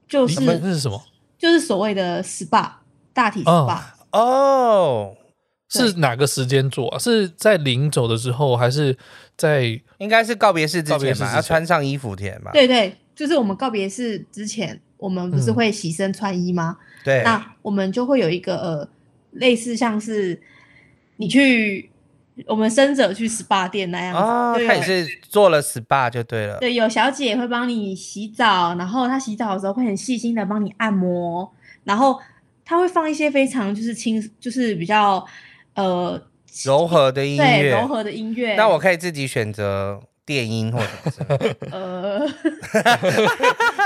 Speaker 3: 就
Speaker 1: 你们
Speaker 3: 是
Speaker 1: 那是什么？
Speaker 3: 就是所谓的 SPA 大体
Speaker 1: 哦
Speaker 3: SPA，、
Speaker 2: 哦，
Speaker 3: 对
Speaker 1: 是哪个时间做啊？是在临走的时候，还是在
Speaker 2: 应该是告别式之
Speaker 1: 告别
Speaker 2: 前
Speaker 1: 式之
Speaker 2: 嘛，
Speaker 1: 前
Speaker 2: 要穿上衣服前嘛。
Speaker 3: 对对，就是我们告别式之前，我们不是
Speaker 1: 嗯
Speaker 3: 会洗身穿衣吗？
Speaker 2: 对，
Speaker 3: 那我们就会有一个呃，类似像是你去我们生者去 SPA 店那样子，
Speaker 2: 哦，
Speaker 3: 就
Speaker 2: 他
Speaker 3: 有
Speaker 2: 也是做了 SPA 就对了。
Speaker 3: 对，有小姐会帮你洗澡，然后她洗澡的时候会很细心的帮你按摩，然后她会放一些非常就是轻，就是比较呃
Speaker 2: 柔和的音
Speaker 3: 对柔
Speaker 2: 乐，
Speaker 3: 和的音 乐。
Speaker 2: 那我可以自己选择电音或者什么之类的。
Speaker 3: 呃，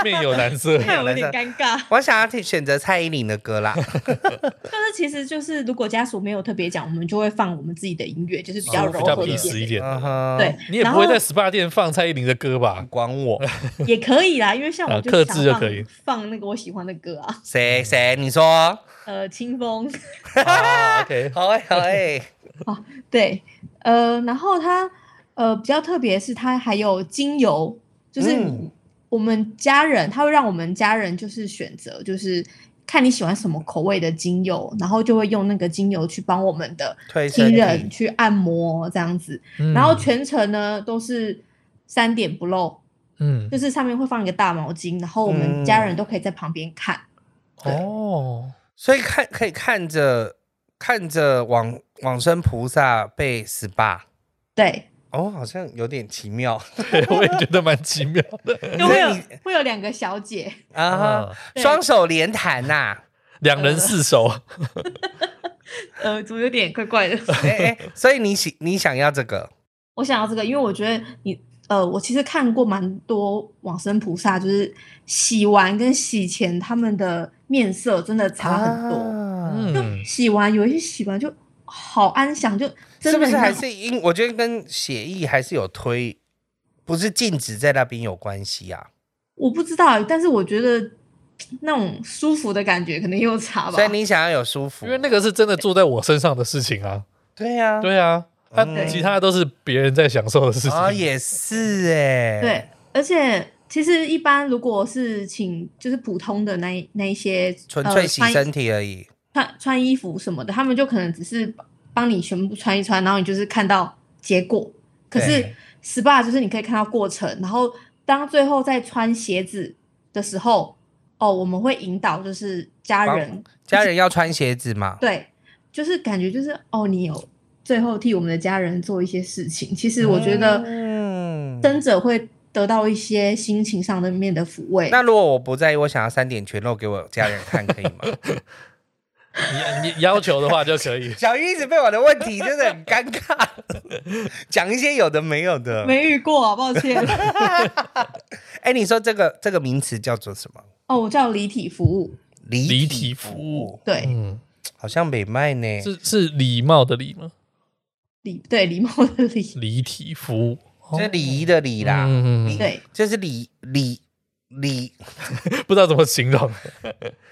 Speaker 1: 面有难色。
Speaker 2: 太
Speaker 3: 看
Speaker 2: 有
Speaker 3: 呃我有点
Speaker 2: 了
Speaker 3: 尴尬。
Speaker 2: 我想要听选择蔡依林的歌啦，
Speaker 3: 但是其实就是，如果家属没有特别讲，我们就会放我们自己的音乐，就是 比较
Speaker 1: 哦比
Speaker 3: 柔
Speaker 1: 较
Speaker 3: 和一
Speaker 1: peace 一
Speaker 3: 点。
Speaker 1: 点的。
Speaker 2: 嗯哼，
Speaker 3: 对，，
Speaker 1: 你也
Speaker 3: 然
Speaker 1: 不会
Speaker 3: 后
Speaker 1: 在 SPA 店放蔡依林的歌吧？
Speaker 2: 管我
Speaker 3: 也可以啦，因为像
Speaker 1: 啊
Speaker 3: 我就
Speaker 1: 克
Speaker 3: 想
Speaker 1: 制就
Speaker 3: 放
Speaker 1: 可以
Speaker 3: 放那个我喜欢的歌啊，
Speaker 2: 谁谁，你说，
Speaker 3: 呃，清风，
Speaker 1: 啊
Speaker 3: 嗯
Speaker 1: OK，
Speaker 2: 好哎好哎，
Speaker 3: 对，呃，然后它呃比较特别是它还有精油，就是
Speaker 2: 嗯
Speaker 3: 我们家人，他会让我们家人就是选择，就是看你喜欢什么口味的精油，然后就会用那个精油去帮我们的
Speaker 2: 推身
Speaker 3: 亲人
Speaker 2: 体，
Speaker 3: 去按摩这样子，
Speaker 1: 嗯
Speaker 3: 然后全程呢都是三点不漏，
Speaker 1: 嗯
Speaker 3: 就是上面会放一个大毛巾，然后我们家人都可以在旁边看。
Speaker 1: 哦，
Speaker 2: 所以看可以看着看着往往生菩萨被 SPA，
Speaker 3: 对，
Speaker 2: 哦，好像有点奇妙
Speaker 1: 对，我也觉得蛮奇妙的。
Speaker 3: 就会有会有两个小姐，
Speaker 2: 啊
Speaker 1: 啊，
Speaker 3: 对
Speaker 2: 双手连弹呐，
Speaker 1: 两人四手，
Speaker 3: 呃，怎么有点怪怪的？
Speaker 2: 哎哎，所以你喜你想要这个，
Speaker 3: 我想要这个，因为我觉得你，呃，我其实看过蛮多往生菩萨，就是洗完跟洗前他们的面色真的差很多。
Speaker 2: 啊
Speaker 3: 就
Speaker 1: 嗯，
Speaker 3: 洗完有一些洗完就好安详，就是真
Speaker 2: 不
Speaker 3: 的
Speaker 2: 是
Speaker 3: 很
Speaker 2: 还
Speaker 3: 像
Speaker 2: 是因？我觉得跟血议还是有推，不是禁止在那边有关系啊。
Speaker 3: 我不知道，欸但是我觉得那种舒服的感觉可能也有差吧。
Speaker 2: 所以你想要有舒服，
Speaker 1: 因为那个是真的做在我身上的事情啊。
Speaker 2: 对呀、
Speaker 1: 对啊，他
Speaker 2: 嗯
Speaker 1: 其他都是别人在享受的事
Speaker 2: 啊，
Speaker 1: 情。
Speaker 2: 也是哎、
Speaker 3: 对，而且其实一般如果是请就是普通的那一那一些
Speaker 2: 纯粹洗
Speaker 3: 呃、穿
Speaker 2: 身体而已。
Speaker 3: 穿穿衣服什么的，他们就可能只是帮你全部穿一穿，然后你就是看到结果。可是
Speaker 2: 对
Speaker 3: SPA 就是你可以看到过程，然后当最后再穿鞋子的时候，哦，我们会引导就是家
Speaker 2: 帮
Speaker 3: 人
Speaker 2: 家人要穿鞋子嘛？
Speaker 3: 对，就是感觉就是哦，你有最后替我们的家人做一些事情。其实我觉得
Speaker 2: 嗯
Speaker 3: 生者会得到一些心情上的面的抚慰。
Speaker 2: 那如果我不在意，我想要三点全露给我家人看，可以吗？。
Speaker 1: 你你要求的话就可以
Speaker 2: 小鱼一直被我的问题真的很尴尬， 讲一些有的没有的。
Speaker 3: 没遇过啊，抱歉。
Speaker 2: 哎、你说这个这个名词叫做什么？
Speaker 3: 哦，我叫离体服务，
Speaker 2: 离
Speaker 1: 离
Speaker 2: 体
Speaker 1: 体
Speaker 2: 服
Speaker 1: 服
Speaker 2: 务
Speaker 1: 务
Speaker 3: 对，
Speaker 1: 嗯，
Speaker 2: 好像美卖呢，
Speaker 1: 是是礼貌的礼吗？
Speaker 3: 礼对礼貌的礼，
Speaker 1: 礼体服务，
Speaker 2: 这是礼仪的礼啦。
Speaker 1: 嗯，嗯嗯
Speaker 3: 对，
Speaker 2: 就是礼礼礼，
Speaker 1: 嗯不知道怎么形容。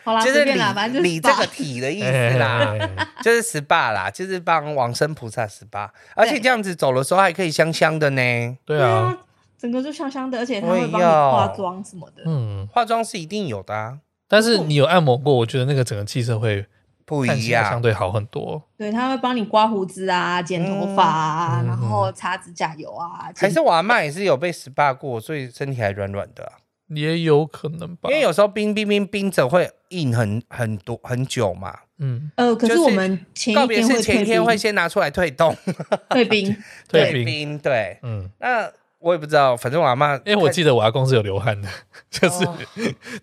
Speaker 3: 好啦，
Speaker 2: 就
Speaker 3: 随
Speaker 2: 是
Speaker 3: 便
Speaker 2: 礼
Speaker 3: 啦，反正就是
Speaker 2: 礼这个
Speaker 3: SPA
Speaker 2: 体的意思 啦，
Speaker 1: 哎
Speaker 2: 就是 SPA 啦，就是帮往生菩萨 SPA，而且这样子走的时候还可以香香的呢。
Speaker 1: 对
Speaker 3: 对
Speaker 1: 啊，
Speaker 3: 啊，整个就香香的，而且他
Speaker 2: 我
Speaker 3: 会
Speaker 2: 也
Speaker 3: 帮你
Speaker 2: 要
Speaker 3: 化妆什么的。
Speaker 1: 嗯，
Speaker 2: 化妆是一定有的、啊，
Speaker 1: 但是你有按摩过，我觉得那个整个气色会
Speaker 2: 不
Speaker 1: 看
Speaker 2: 一
Speaker 1: 起来相
Speaker 2: 样。
Speaker 1: 对好很多。
Speaker 3: 对，他会帮你刮胡子啊、剪头发啊，
Speaker 1: 嗯
Speaker 3: 然后擦指甲油啊。
Speaker 2: 还
Speaker 3: 剪
Speaker 2: 是我阿妈也是有被 SPA 过，所以身体还软软的啊、
Speaker 1: 也有可能吧，
Speaker 2: 因为有时候冰冰冰冰着会硬很很多很久嘛。
Speaker 1: 嗯
Speaker 3: 呃，可
Speaker 2: 就是是
Speaker 3: 我们前
Speaker 2: 告
Speaker 3: 一
Speaker 2: 别
Speaker 3: 天会
Speaker 2: 是前一
Speaker 3: 退
Speaker 2: 天会
Speaker 3: 冰，
Speaker 2: 先拿出来退冻，
Speaker 3: 退冰，
Speaker 1: 退
Speaker 2: 冰
Speaker 1: 冰
Speaker 2: 对。
Speaker 1: 嗯，
Speaker 2: 那我也不知道，反正我阿妈，
Speaker 1: 因为哎我记得我阿公是有流汗的，就是、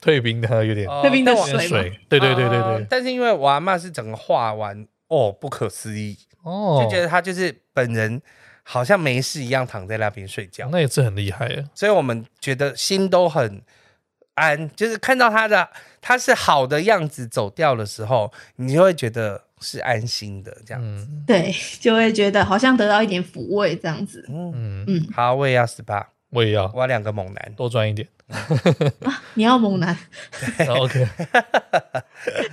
Speaker 1: 退冰的有点
Speaker 2: 哦
Speaker 3: 退冰的
Speaker 2: 但我
Speaker 1: 有点
Speaker 3: 水
Speaker 1: 水，对对对对
Speaker 2: 哦
Speaker 1: 对，
Speaker 2: 但是因为我阿妈是整个画完，哦，不可思议，
Speaker 1: 哦
Speaker 2: 就，觉得她就是本人好像没事一样躺在那边睡觉，
Speaker 1: 那也是很厉害啊耶，
Speaker 2: 所以我们觉得心都很安，就是看到她的她是好的样子走掉的时候，你就会觉得是安心的这样子。
Speaker 1: 嗯
Speaker 3: 对，就会觉得好像得到一点抚慰这样子。
Speaker 2: 嗯，
Speaker 1: 嗯，
Speaker 3: 嗯，
Speaker 2: 好，我也要 SPA，
Speaker 1: 我也要
Speaker 2: 我要两个猛男。
Speaker 1: 多赚一点。
Speaker 3: 你要猛男，
Speaker 1: 然后 OK，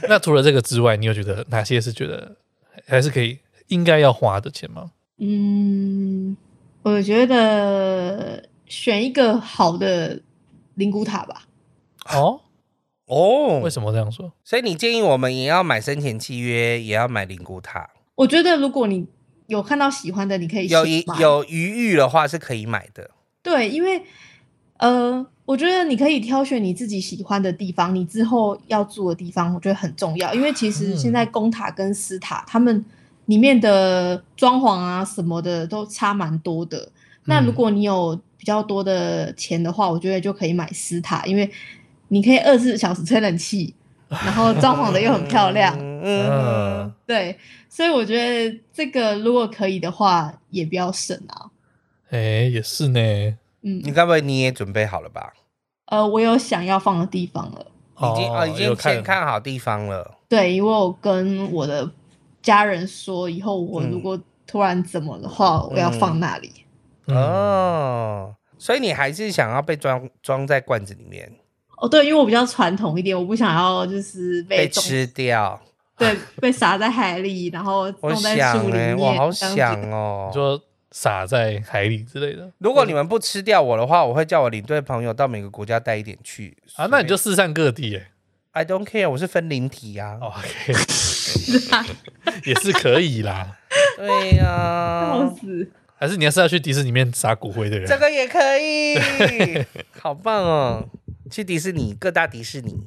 Speaker 1: 那除了这个之外，你有觉得哪些是觉得还是可以应该要花的钱吗？
Speaker 3: 嗯，我觉得选一个好的灵骨塔吧。
Speaker 1: 哦，
Speaker 2: 哦
Speaker 1: 为，什么这样说？
Speaker 2: 所以你建议我们也要买生前契约，也要买灵骨塔，
Speaker 3: 我觉得如果你有看到喜欢的，你可以
Speaker 2: 有
Speaker 3: 先
Speaker 2: 一
Speaker 3: 买
Speaker 2: 有余裕的话是可以买的。
Speaker 3: 对，因为呃，我觉得你可以挑选你自己喜欢的地方，你之后要住的地方，我觉得很重要。因为其实现在公塔跟私塔，他们里面的装潢啊什么的都差蛮多的。那如
Speaker 1: 嗯
Speaker 3: 果你有比较多的钱的话，我觉得就可以买私塔，因为你可以二十四小时吹冷气，然后装潢的又很 漂亮。
Speaker 2: 嗯，
Speaker 3: 对，所以我觉得这个如果可以的话，也不要省啊。
Speaker 1: 哎，也是呢，
Speaker 3: 嗯，
Speaker 2: 你该不会你也准备好了吧？
Speaker 3: 呃，我有想要放的地方了。
Speaker 2: 已经
Speaker 1: 哦
Speaker 2: 哦，已
Speaker 1: 有
Speaker 2: 经
Speaker 1: 看
Speaker 2: 先看好地方了。
Speaker 3: 对，因为我跟我的家人说，以后我
Speaker 2: 嗯
Speaker 3: 如果突然怎么的话，我要放那里。
Speaker 1: 嗯，
Speaker 2: 哦，所以你还是想要被装装在罐子里面
Speaker 3: 哦，对，因为我比较传统一点，我不想要就是
Speaker 2: 被
Speaker 3: 冻
Speaker 2: 吃掉。
Speaker 3: 对，被撒在海里，然后
Speaker 2: 我
Speaker 3: 弄在
Speaker 2: 想
Speaker 3: 树里
Speaker 2: 哎、
Speaker 3: 面，
Speaker 2: 我好
Speaker 3: 这样子
Speaker 2: 想哦
Speaker 1: 你。说撒在海里之类的
Speaker 2: 如果你们不吃掉我的话，我会叫我领队朋友到每个国家带一点去
Speaker 1: 啊，那你就
Speaker 2: 随
Speaker 1: 四散各地哎
Speaker 2: 便 I don't care，我是分灵体啊。
Speaker 1: 哦，OK，也
Speaker 3: 啊
Speaker 1: 是可以啦。
Speaker 2: 对呀、
Speaker 3: 笑死。
Speaker 1: 还是你还是要去迪士尼里面撒骨灰的人？
Speaker 2: 这个也可以， 好棒哦！去迪士尼，各大迪士尼。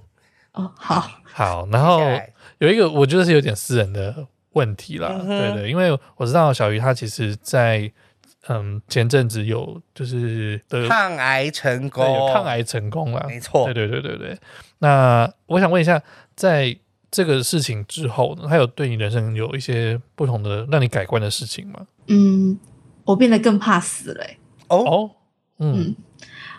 Speaker 3: 哦， 好，
Speaker 1: 好，然后
Speaker 2: 接下来
Speaker 1: 有一个我觉得是有点私人的问题啦，
Speaker 2: 嗯哼
Speaker 1: 对的，因为我知道小鱼他其实在嗯前阵子有就是得
Speaker 2: 抗癌成
Speaker 1: 对有
Speaker 2: 功，
Speaker 1: 抗，癌成功了，
Speaker 2: 没错
Speaker 1: 对。对对对对。那我想问一下，在这个事情之后呢，他有对你人生有一些不同的让你改观的事情吗？
Speaker 3: 嗯，我变得更怕死了欸、
Speaker 2: 哦，
Speaker 1: 哦，嗯，
Speaker 3: 嗯，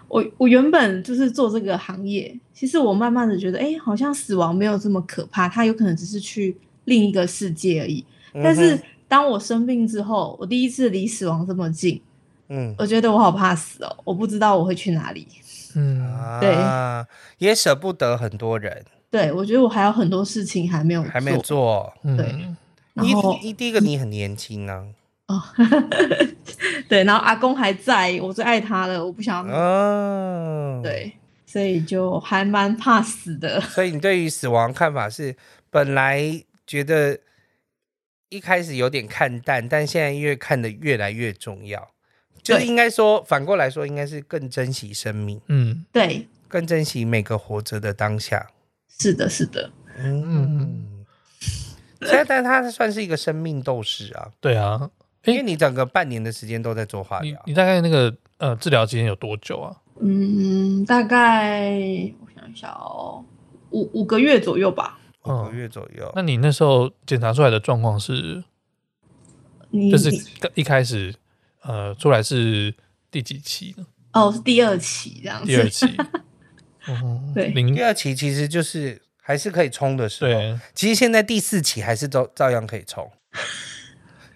Speaker 3: 我我原本就是做这个行业，其实我慢慢的觉得，哎、好像死亡没有这么可怕，它有可能只是去另一个世界而已。
Speaker 2: 嗯
Speaker 3: 但是当我生病之后，我第一次离死亡这么近，
Speaker 2: 嗯
Speaker 3: 我觉得我好怕死哦，我不知道我会去哪里。
Speaker 2: 哼，
Speaker 1: 嗯，
Speaker 2: 啊，也舍不得很多人
Speaker 3: 对我觉得我还有很多事情还没有
Speaker 2: 还没做。
Speaker 1: 嗯
Speaker 3: 对，然
Speaker 2: 你
Speaker 3: 后
Speaker 2: 你第一个你很年轻啊，
Speaker 3: 哦，对，然后阿公还在，我最爱他了，我不想
Speaker 2: 哦
Speaker 3: 要、
Speaker 2: 嗯，，
Speaker 3: 对，所以就还蛮怕死的。
Speaker 2: 所以你对于死亡看法是本来觉得一开始有点看淡，但现在越看得越来越重要。就是
Speaker 3: 对
Speaker 2: 应该说，反过来说，应该是更珍惜生命，
Speaker 1: 嗯
Speaker 3: 对，
Speaker 2: 更珍惜每个活着的当下。
Speaker 3: 是的，是的，
Speaker 2: 嗯，现在但他算是一个生命斗士啊，哎
Speaker 1: 对啊，
Speaker 2: 因为你整个半年的啊时间都在做化
Speaker 1: 你
Speaker 2: 疗，
Speaker 1: 你大概那个呃治疗期间有多久啊？
Speaker 3: 嗯，大概我想一下哦，五五个月左右吧。
Speaker 2: 五个月左右。
Speaker 1: 嗯那你那时候检查出来的状况是，
Speaker 3: 你
Speaker 1: 就是
Speaker 3: 你
Speaker 1: 一开始呃出来是第几期 呢？
Speaker 3: 哦，是第二期这样
Speaker 1: 第二
Speaker 3: 子，
Speaker 1: 期，嗯
Speaker 3: 对
Speaker 1: 零
Speaker 2: 第二期其实就是还是可以冲的时候，
Speaker 1: 对，啊
Speaker 2: 其实现在第四期还是都照样可以冲，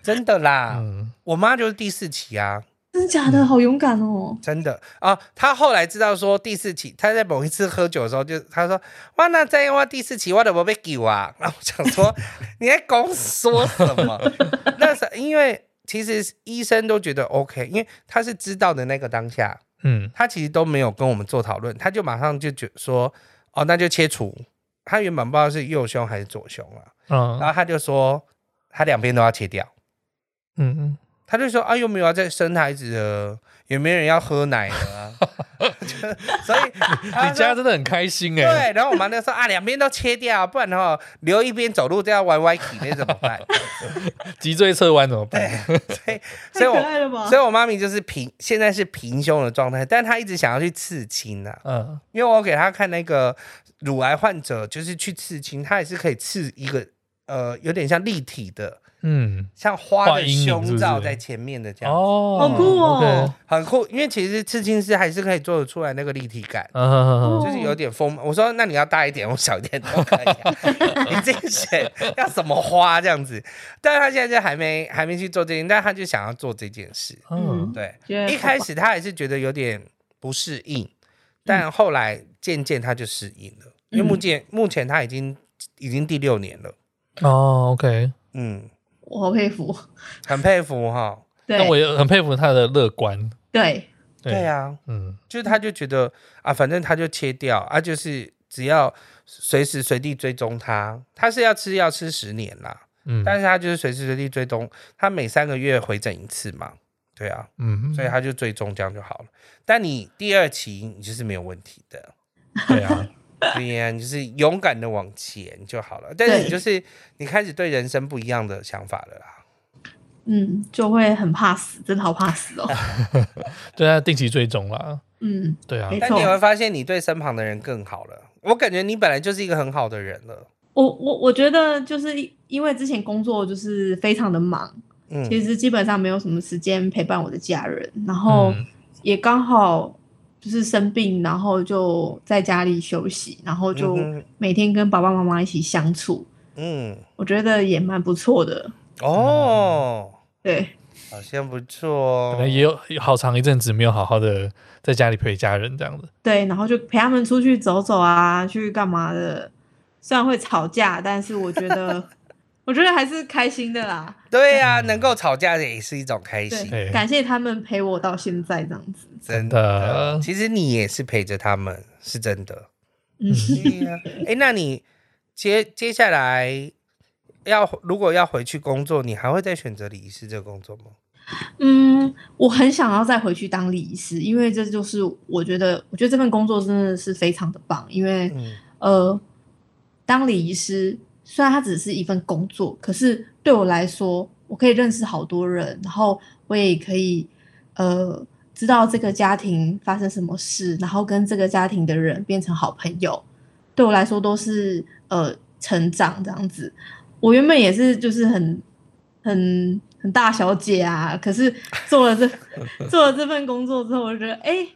Speaker 2: 真的啦。
Speaker 1: 嗯
Speaker 2: 我妈就是第四期啊，
Speaker 3: 真的假的？好勇敢哦！
Speaker 2: 真的啊。她后来知道说第四期，她在某一次喝酒的时候就她说：“哇，那再用话第四期，我怎么被救啊？” 然后我想说你在公说什么？那时候因为其实医生都觉得 OK，因为他是知道的那个当下，
Speaker 1: 嗯
Speaker 2: 他其实都没有跟我们做讨论，他就马上就觉说，哦，那就切除。他原本不知道是右胸还是左胸啊，然
Speaker 1: 嗯
Speaker 2: 后他就说他两边都要切掉，
Speaker 1: 嗯
Speaker 2: 他就说啊，又没有要再生孩子了，也没人要喝奶了啊、 就所以
Speaker 1: 嗯，
Speaker 2: 你
Speaker 1: 你家真的很开心哎，
Speaker 2: 对，然后我妈就说啊，两边都切掉，不然的话留一边走路都要歪歪体，那怎么 办？
Speaker 1: 脊椎侧弯怎么办？
Speaker 2: 所以，所以
Speaker 3: 太可
Speaker 2: 我
Speaker 3: 爱了吧
Speaker 2: 所以！我妈咪就是平，现在是平胸的状态，但她一直想要去刺青啊。
Speaker 1: 嗯
Speaker 2: 因为我给他看那个乳癌患者，就是去刺青，他也是可以刺一个呃，有点像立体的，
Speaker 1: 嗯，
Speaker 2: 像花
Speaker 1: 画
Speaker 2: 的
Speaker 1: 阴影是不
Speaker 2: 胸
Speaker 1: 是
Speaker 2: 罩在前面的这样，
Speaker 1: 哦，
Speaker 3: 好酷哦
Speaker 1: OK，
Speaker 2: 很酷。因为其实刺青师还是可以做得出来那个立体感。
Speaker 3: 哦
Speaker 1: 嗯哼哼
Speaker 2: 就是有点丰满，我说那你要大一点，我小一点都可以、啊，你自己选要什么花这样子。但是他现在就还没还没去做这件，但他就想要做这件事。
Speaker 3: 嗯
Speaker 1: 哼，
Speaker 2: 对，
Speaker 3: 觉得
Speaker 2: 一
Speaker 3: 好
Speaker 2: 开
Speaker 3: 棒
Speaker 2: 始他还是觉得有点不适应，但后来渐渐他就适应了，因为目前目前他已经已经第六年了，
Speaker 1: 嗯，哦，OK，
Speaker 2: 嗯，
Speaker 3: 我好佩服。
Speaker 2: 很佩服哈。
Speaker 3: 对
Speaker 1: 那我也很佩服他的乐观，
Speaker 3: 对
Speaker 2: 对，啊，
Speaker 1: 嗯
Speaker 2: 就是他就觉得啊，反正他就切掉啊，就是只要随时随地追踪他，他是要吃药吃十年啦，
Speaker 1: 嗯，
Speaker 2: 但是他就是随时随地追踪，他每三个月回诊一次嘛，对啊，
Speaker 1: 嗯，
Speaker 2: 所以他就追踪这样就好了。但你第二期你就是没有问题的，
Speaker 1: 对啊，
Speaker 2: 对呀、你就是勇敢的往前就好了。但是你就是你开始对人生不一样的想法了啊啦。
Speaker 3: 嗯，就会很怕死，真的好怕 死哦。
Speaker 1: 对他定期追踪啦，
Speaker 3: 嗯，
Speaker 1: 对啊，
Speaker 3: 没
Speaker 2: 但
Speaker 3: 错
Speaker 2: 你会发现，你对身旁的人更好了。我感觉你本来就是一个很好的人了。
Speaker 3: 我我我觉得就是因为之前工作就是非常的忙，
Speaker 2: 嗯嗯
Speaker 1: 嗯
Speaker 2: 哦
Speaker 3: 其实基本上没有什么时间陪伴我的家人，然后也刚好就是生病，然后就在家里休息，然后就
Speaker 2: 嗯哼
Speaker 3: 每天跟爸爸妈妈一起相处，
Speaker 2: 嗯，
Speaker 3: 我觉得也蛮不错的。
Speaker 2: 哦，
Speaker 3: 对，
Speaker 2: 好像不错哦。
Speaker 1: 可能也有有好长一阵子没有好好的在家里陪家人这样子。
Speaker 3: 对，然后就陪他们出去走走啊，去干嘛的。虽然会吵架，但是我觉得，我觉得还是开心的啦。
Speaker 2: 对呀、能够吵架也是一种开心，
Speaker 1: 哎
Speaker 3: 对，感谢他们陪我到现在这样子。
Speaker 2: 真的。
Speaker 1: 的
Speaker 2: 其实你也是陪着他们，是 真的。
Speaker 3: 嗯，
Speaker 2: 对呀、哎，那你接接下来要如果要回去工作，你还会再选择礼仪师这个工作吗？
Speaker 3: 嗯，我很想要再回去当礼仪师，因为这就是我觉得，我觉得这份工作真的是非常的棒，因为、
Speaker 2: 嗯
Speaker 3: 呃，当礼仪师虽然它只是一份工作，可是对我来说，我可以认识好多人，然后我也可以呃知道这个家庭发生什么事，然后跟这个家庭的人变成好朋友，对我来说都是呃成长这样子。我原本也是就是很很很大小姐啊，可是做了这做了这份工作之后，我就觉得哎、诶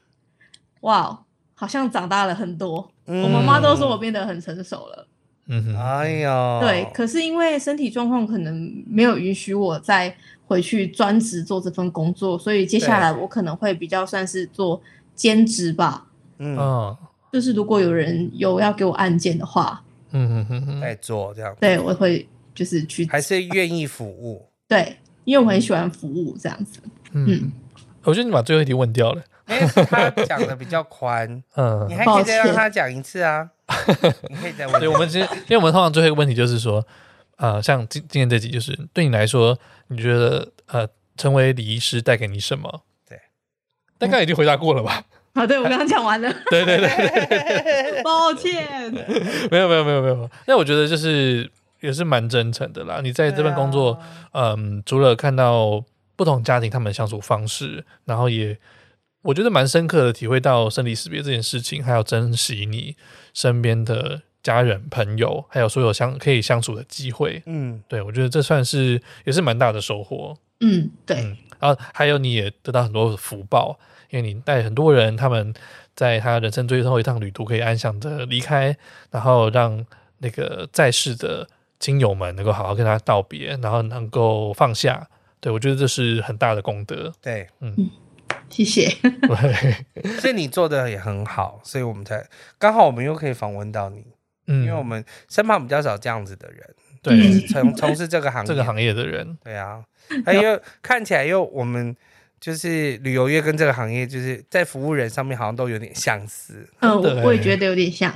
Speaker 3: 哇，哦好像长大了很多。我妈妈都说
Speaker 2: 嗯
Speaker 3: 我变得很成熟了，
Speaker 1: 嗯哼，
Speaker 2: 哎呦，
Speaker 3: 对。可是因为身体状况可能没有允许我再回去专职做这份工作，所以接下来我可能会比较算是做兼职吧。
Speaker 2: 嗯，
Speaker 1: 嗯
Speaker 3: 就是如果有人有要给我案件的话，
Speaker 1: 嗯嗯嗯
Speaker 2: 在
Speaker 1: 嗯，
Speaker 2: 做这样，
Speaker 3: 对我会就是去
Speaker 2: 还是愿意服务。
Speaker 3: 对，因为我很喜欢服务这样子。
Speaker 1: 嗯，我觉得你把最后一题问掉了。
Speaker 2: 因为他讲的比较 宽，
Speaker 1: 嗯
Speaker 2: 你，还可以再让他讲一次啊。你可以再问
Speaker 1: 对，我们其实，因为我们通常最后一个问题就是说，呃，像今今天这集，就是对你来说，你觉得呃，成为礼仪师带给你什么？
Speaker 2: 对，
Speaker 1: 大概已经回答过了吧？
Speaker 3: 好，对我刚刚讲完了，
Speaker 1: 对对对对，
Speaker 3: 抱歉。
Speaker 1: 没有没有没有没有。那我觉得就是也是蛮真诚的啦。你在这
Speaker 2: 啊
Speaker 1: 份工 作，嗯，除了看到不同家庭他们的相处方式，然后也我觉得蛮深刻的体会到生离死别这件事情，还有珍惜你身边的家人、朋友，还有所有相可以相处的机会。
Speaker 2: 嗯，
Speaker 1: 对，我觉得这算是也是蛮大的收获。
Speaker 3: 嗯，对，
Speaker 1: 嗯，然后还有你也得到很多福报，因为你带很多人，他们在他人生最后一趟旅途可以安详的离开，然后让那个在世的亲友们能够好好跟他道别，然后能够放下。对我觉得这是很大的功德。
Speaker 2: 对，
Speaker 3: 谢谢。
Speaker 1: 对，
Speaker 2: 所以你做的也很好，所以我们才刚好我们又可以访问到你，
Speaker 1: 嗯，
Speaker 2: 因为我们身旁比较少这样子的人，
Speaker 1: 对
Speaker 3: 嗯
Speaker 2: 从从事这个行业，
Speaker 1: 这个行业的人，
Speaker 2: 对啊，还有看起来又我们就是旅游业跟这个行业就是在服务人上面好像都有点相似，
Speaker 3: 嗯，
Speaker 1: 真的
Speaker 3: 我我也
Speaker 1: 欸
Speaker 3: 觉得有点像。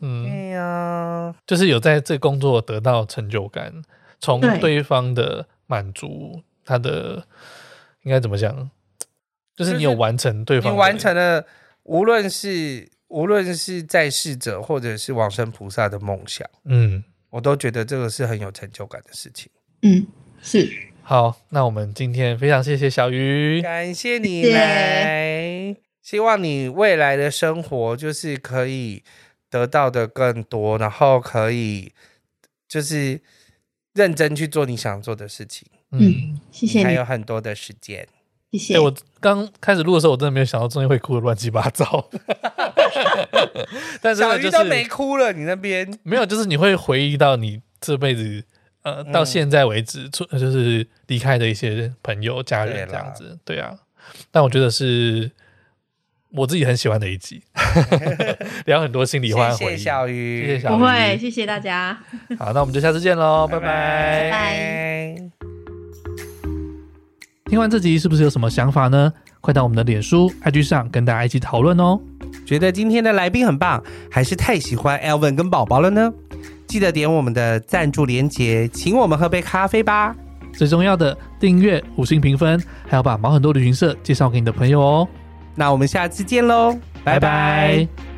Speaker 1: 嗯，
Speaker 2: 对呀，
Speaker 1: 就是有在这工作得到成就感，从
Speaker 3: 对
Speaker 1: 对方的满足，他的应该怎么讲？就是你有
Speaker 2: 就是
Speaker 1: 完成对
Speaker 2: 你
Speaker 1: 方的，
Speaker 2: 完成了，无论是无论是在世者或者是往生菩萨的梦想，
Speaker 1: 嗯，
Speaker 2: 我都觉得这个是很有成就感的事情。
Speaker 3: 嗯，是，
Speaker 1: 好，那我们今天非常谢谢小鱼，
Speaker 2: 感谢你
Speaker 3: 谢谢
Speaker 2: 来， 希望你未来的生活就是可以得到的更多，然后可以就是认真去做你想做的事情，
Speaker 3: 嗯，谢谢
Speaker 2: 还
Speaker 3: 你
Speaker 2: 有，很多的时间。
Speaker 3: 谢
Speaker 1: 哎、
Speaker 3: 谢。
Speaker 1: 我刚开始录的时候，我真的没有想到中间会哭的乱七八糟， 但是
Speaker 2: 小
Speaker 1: 呢
Speaker 2: 鱼
Speaker 1: 就
Speaker 2: 都没
Speaker 1: 是
Speaker 2: 哭了，你那边
Speaker 1: 没有，就是你会回忆到你这辈子呃到
Speaker 2: 嗯
Speaker 1: 现在为止，出就是离开的一些朋友、家
Speaker 2: 对
Speaker 1: 人这
Speaker 2: 啦
Speaker 1: 样子，对啊，但我觉得是我自己很喜欢的一 集，聊很多心里话
Speaker 2: 谢
Speaker 1: 和回
Speaker 2: 谢
Speaker 1: 忆。
Speaker 2: 小
Speaker 1: 谢
Speaker 2: 鱼，
Speaker 1: 谢小
Speaker 3: 不
Speaker 1: 鱼
Speaker 3: 会，谢谢大家。
Speaker 1: 好，那我们就下次见喽，拜拜
Speaker 3: 拜拜
Speaker 1: 听完这集是不是有什么想法呢？快到我们的脸书、IG 上跟大家一起讨论哦。
Speaker 2: 觉得今天的来宾很棒，还是太喜欢 Elvin 跟宝宝了呢？记得点我们的赞助连结，请我们喝杯咖啡吧。
Speaker 1: 最重要的，订阅、五星评分，还要把毛很多旅行社介绍给你的朋友哦。
Speaker 2: 那我们下次见喽，拜拜
Speaker 1: 拜拜